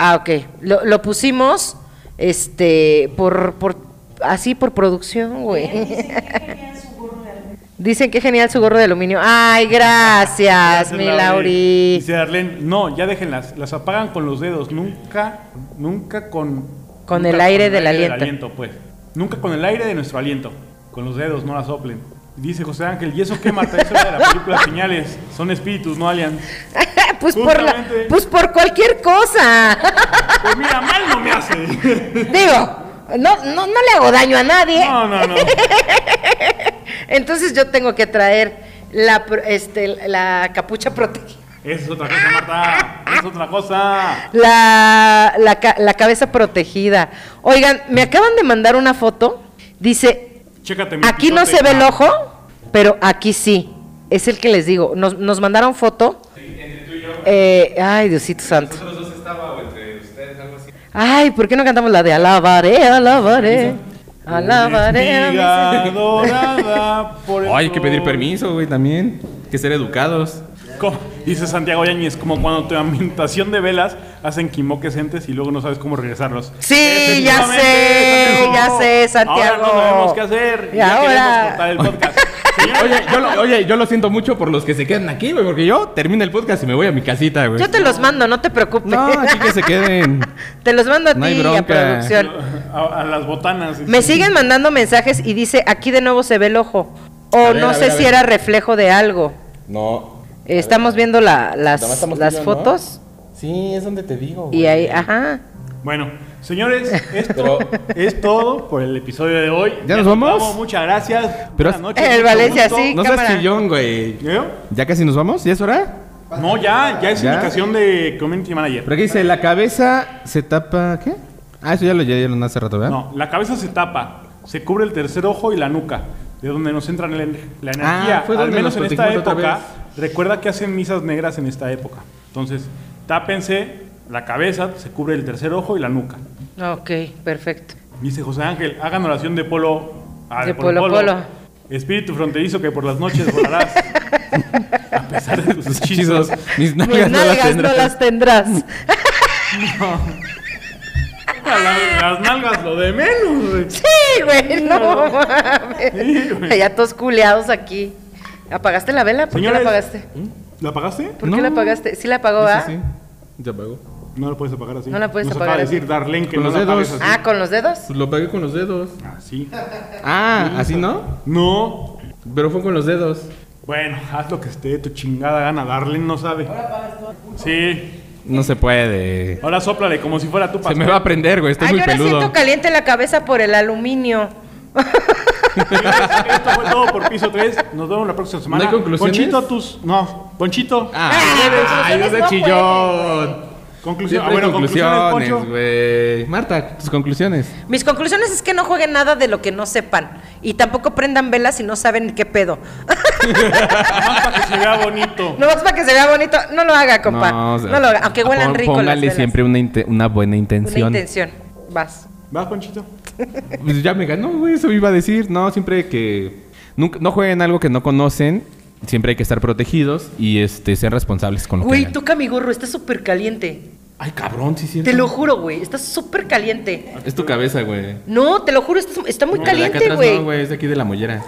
Ah, ok. Lo, lo pusimos este, por, por. Así por producción, güey. Dicen que genial su gorro de aluminio. Ay, gracias, mi Lauri. Dice Darlene, no, ya déjenlas. Las apagan con los dedos. Nunca, nunca con. Con nunca el aire del aliento. pues. Nunca con el aire de nuestro aliento. Con los dedos, no las soplen. Dice José Ángel, y eso qué mata, eso es de la película Señales. Son espíritus, no aliens. pues por la- Justamente. pues por cualquier cosa. Pues mira, mal no me hace. Digo, no, no, no le hago daño a nadie. No, no, no. Entonces yo tengo que traer la pro- este la capucha protegida. Esa es otra cosa, Marta. Esa Es otra cosa. La, la, ca- la cabeza protegida. Oigan, me acaban de mandar una foto. Dice, Chécate mi aquí no pitote. se ve el ojo, pero aquí sí. Es el que les digo. Nos, nos mandaron foto. Eh, ay, Diosito Santo. Ay, ¿por qué no cantamos la de alabaré, alabaré? Alabaré. a mi Espiga Señor? dorada por el Ay, hay que pedir sol. permiso, güey, también. Hay que ser educados. ¿Cómo? Dice Santiago Yáñez, como cuando tu ambientación de velas hacen que invoques entes y luego no sabes cómo regresarlos. Sí, ya Efectivamente, sé, Santiago. ya sé, Santiago. Ahora no sabemos qué hacer. Y ya ahora- queremos cortar el podcast. Oye yo, lo, oye, yo lo siento mucho por los que se quedan aquí, güey, porque yo termino el podcast y me voy a mi casita, güey. Yo te los mando, no te preocupes. No, aquí que se queden. Te los mando a No hay ti y a bronca. producción. A, a las botanas. Me siguen mandando mensajes y dice, aquí de nuevo se ve el ojo. O A ver, no a sé ver, a si ver. era reflejo de algo. No. Eh, Estamos viendo la- las, Nada más estamos las tú y yo, ¿no? fotos Sí, es donde te digo, y ahí, ajá. Bueno, señores, esto Pero- es todo por el episodio de hoy. ¿Ya nos vamos? Muchas gracias. Pero- Buenas noches, El mucho Valencia, gusto. sí. No seas cámara. chillón, güey. ¿Eh? ¿Ya casi nos vamos? ¿Ya es hora? No, ya, ya es ¿Ya? indicación de community manager. Pero aquí dice, la cabeza se tapa... ¿Qué? Ah, eso ya lo leí hace rato, ¿verdad? No, la cabeza se tapa, se cubre el tercer ojo y la nuca, de donde nos entra la, ener- la Ah, energía. fue Al donde menos en nos esta platicamos la otra época, recuerda que hacen misas negras en esta época. Entonces, tápense la cabeza, se cubre el tercer ojo y la nuca. Ok, perfecto. Dice José Ángel, hagan oración de polo. ah, De polo, polo. Espíritu fronterizo que por las noches volarás. A pesar de tus Sus hechizos. hechizos. Mis Mis nalgas, no las Pues nalgas no tendrán. las tendrás. A la- las nalgas lo de menos. güey. Sí, güey, no mames. Sí, güey. Ya todos culeados aquí. ¿Apagaste la vela? ¿Por Señores. qué la apagaste? ¿La apagaste? ¿Por qué No. la apagaste? Sí la apagó, Sí, ¿ah? sí, sí. Ya pagó. No la puedes apagar así. No la puedes Nos apagar acaba de así. decir Darlene que Con no los la apagues dedos. así. Ah, ¿con los dedos? Pues lo pagué con los dedos. Así. Ah, así no. No. Pero fue con los dedos. Bueno, haz lo que esté de tu chingada gana. Darlene no sabe. Ahora Sí. No se puede. Ahora sóplale como si fuera tu Se pastel. me va a prender, güey. Estoy Ay, muy yo ahora peludo. siento caliente la cabeza por el aluminio. Esto fue todo por piso 3. Nos vemos la próxima semana. ¿No hay conclusiones? Ponchito, tus. No. Ponchito. Ah, Ay, no ustedes seas no chillón. Conclusión. Siempre Ah, bueno, conclusiones, conclusiones, Poncho. güey. Marta, tus conclusiones. Mis conclusiones es que no jueguen nada de lo que no sepan. Y tampoco prendan velas si no saben qué pedo. Más para que se vea bonito. No más para que se vea bonito. No lo haga, compa. No, o sea, lo haga. Aunque huelan pon- rico las Póngale velas. siempre una, inte- una buena Una intención. intención. Vas. ¿Vas, Ponchito? Pues ya me ganó, güey. Eso iba a decir. No, siempre que... Nunca, no jueguen algo que no conocen. Siempre hay que estar protegidos y este, ser responsables con lo que Güey, hagan. toca mi gorro. Está súper caliente. Ay, cabrón, sí, sí. Te lo juro, güey. Está súper caliente. Es tu cabeza, güey. No, te lo juro. Está, está muy No, de acá caliente, atrás güey. No, No, güey, es de aquí de la mollera. Se-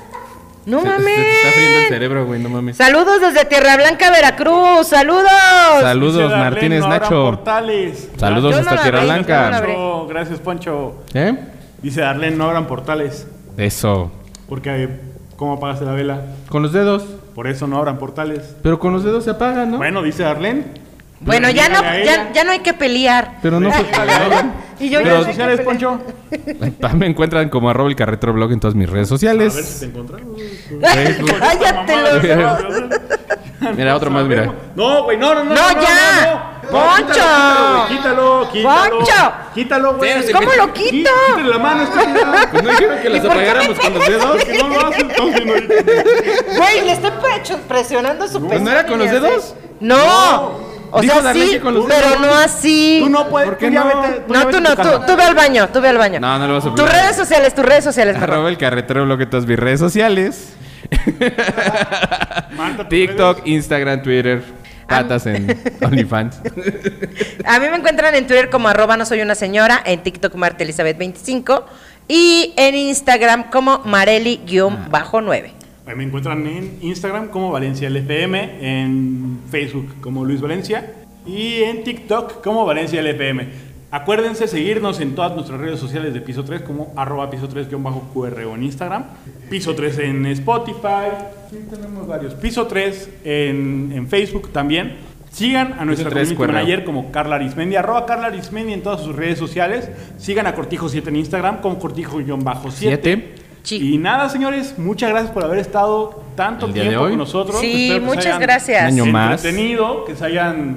se- mames. Se, te está friendo el cerebro, güey, no mames. Saludos desde Tierra Blanca, Veracruz. Saludos. Dice Saludos, Darlene, Martínez no abran Nacho. Portales. Saludos Yo no hasta la Tierra abrí, yo no la Blanca. abrí. Poncho, gracias, Poncho. ¿Eh? Dice Darlene, no abran portales. Eso. Porque, eh, ¿cómo apagaste la vela? Con los dedos. Por eso no abran portales. Pero con los dedos se apaga, ¿no? Bueno, dice Darlene. Bueno, ya no, Dígale a ya, ella. ya no hay que pelear. Pero no fue y yo ¿Redes ya no hay que sociales, pelear. Poncho? Me encuentran como arroba el carretero blog en todas mis redes A ver si te sociales. encontramos. Facebook. Cállate los mamada. dos. Mira, otro más, mira. No, güey, no, no, no. No, ya. quítalo, Poncho. Quítalo, quítalo. Poncho. Quítalo, güey. Sí, ¿Cómo Quí- lo quito? Quítale la mano, está Pues no dijeron que las por qué me apagáramos con los dedos. Que no lo haces, entonces, no. Güey, le estoy precho- presionando su Pues, ¿no era con los dedos? No. O Dijo sea, Darlene sí, que con los pero dedos. no así. Tú no puedes. ¿Por qué tú ya no? vete- ya No, vete tú a no, tu tú, casa. tú ve al baño, tú ve al baño. No, no lo vas a Tus obligar. redes sociales, tus redes sociales. perdón. Arroba el carretero blog en todas mis redes sociales. Marta, tus TikTok, redes. Instagram, Twitter. Ah. Patas en OnlyFans. A mí me encuentran en Twitter como arroba no soy una señora, en TikTok Marta Elizabeth 25 y en Instagram como Mareli-9. Ahí Me encuentran en Instagram como Valencia LFM, en Facebook como Luis Valencia y en TikTok como Valencia LFM. Acuérdense seguirnos en todas nuestras redes sociales de Piso 3 como arroba piso 3-QR o en Instagram. Piso 3 en Spotify. Sí, tenemos varios. Piso 3 en, en Facebook también. Sigan a nuestra 3 community QR. manager como Carla Arismendi, arroba Carla Arismendi en todas sus redes sociales. Sigan a Cortijo7 en Instagram como Cortijo-7. Siete. Sí. Y nada, señores, muchas gracias por haber estado tanto El día de tiempo hoy. con nosotros. Sí, Espero que se muchas hayan gracias. Año más. Entretenido, que se hayan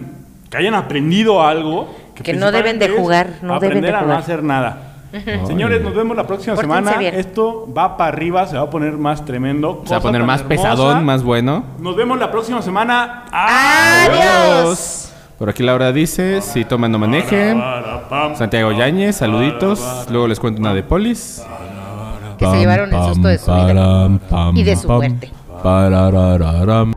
que hayan aprendido algo. Que no deben principalmente de es jugar, no deben aprender de a no jugar. hacer nada. Señores, nos vemos la próxima Pórtense semana. bien. Esto va para arriba, se va a poner más tremendo. Se va cosa a poner tan más hermosa. pesadón, más bueno. Nos vemos la próxima semana. Adiós. Por aquí Laura dice, si toman no manejen. Santiago Yáñez, saluditos. Luego les cuento una de Polis. Que se llevaron el susto de su vida. Y de su muerte. Pararam.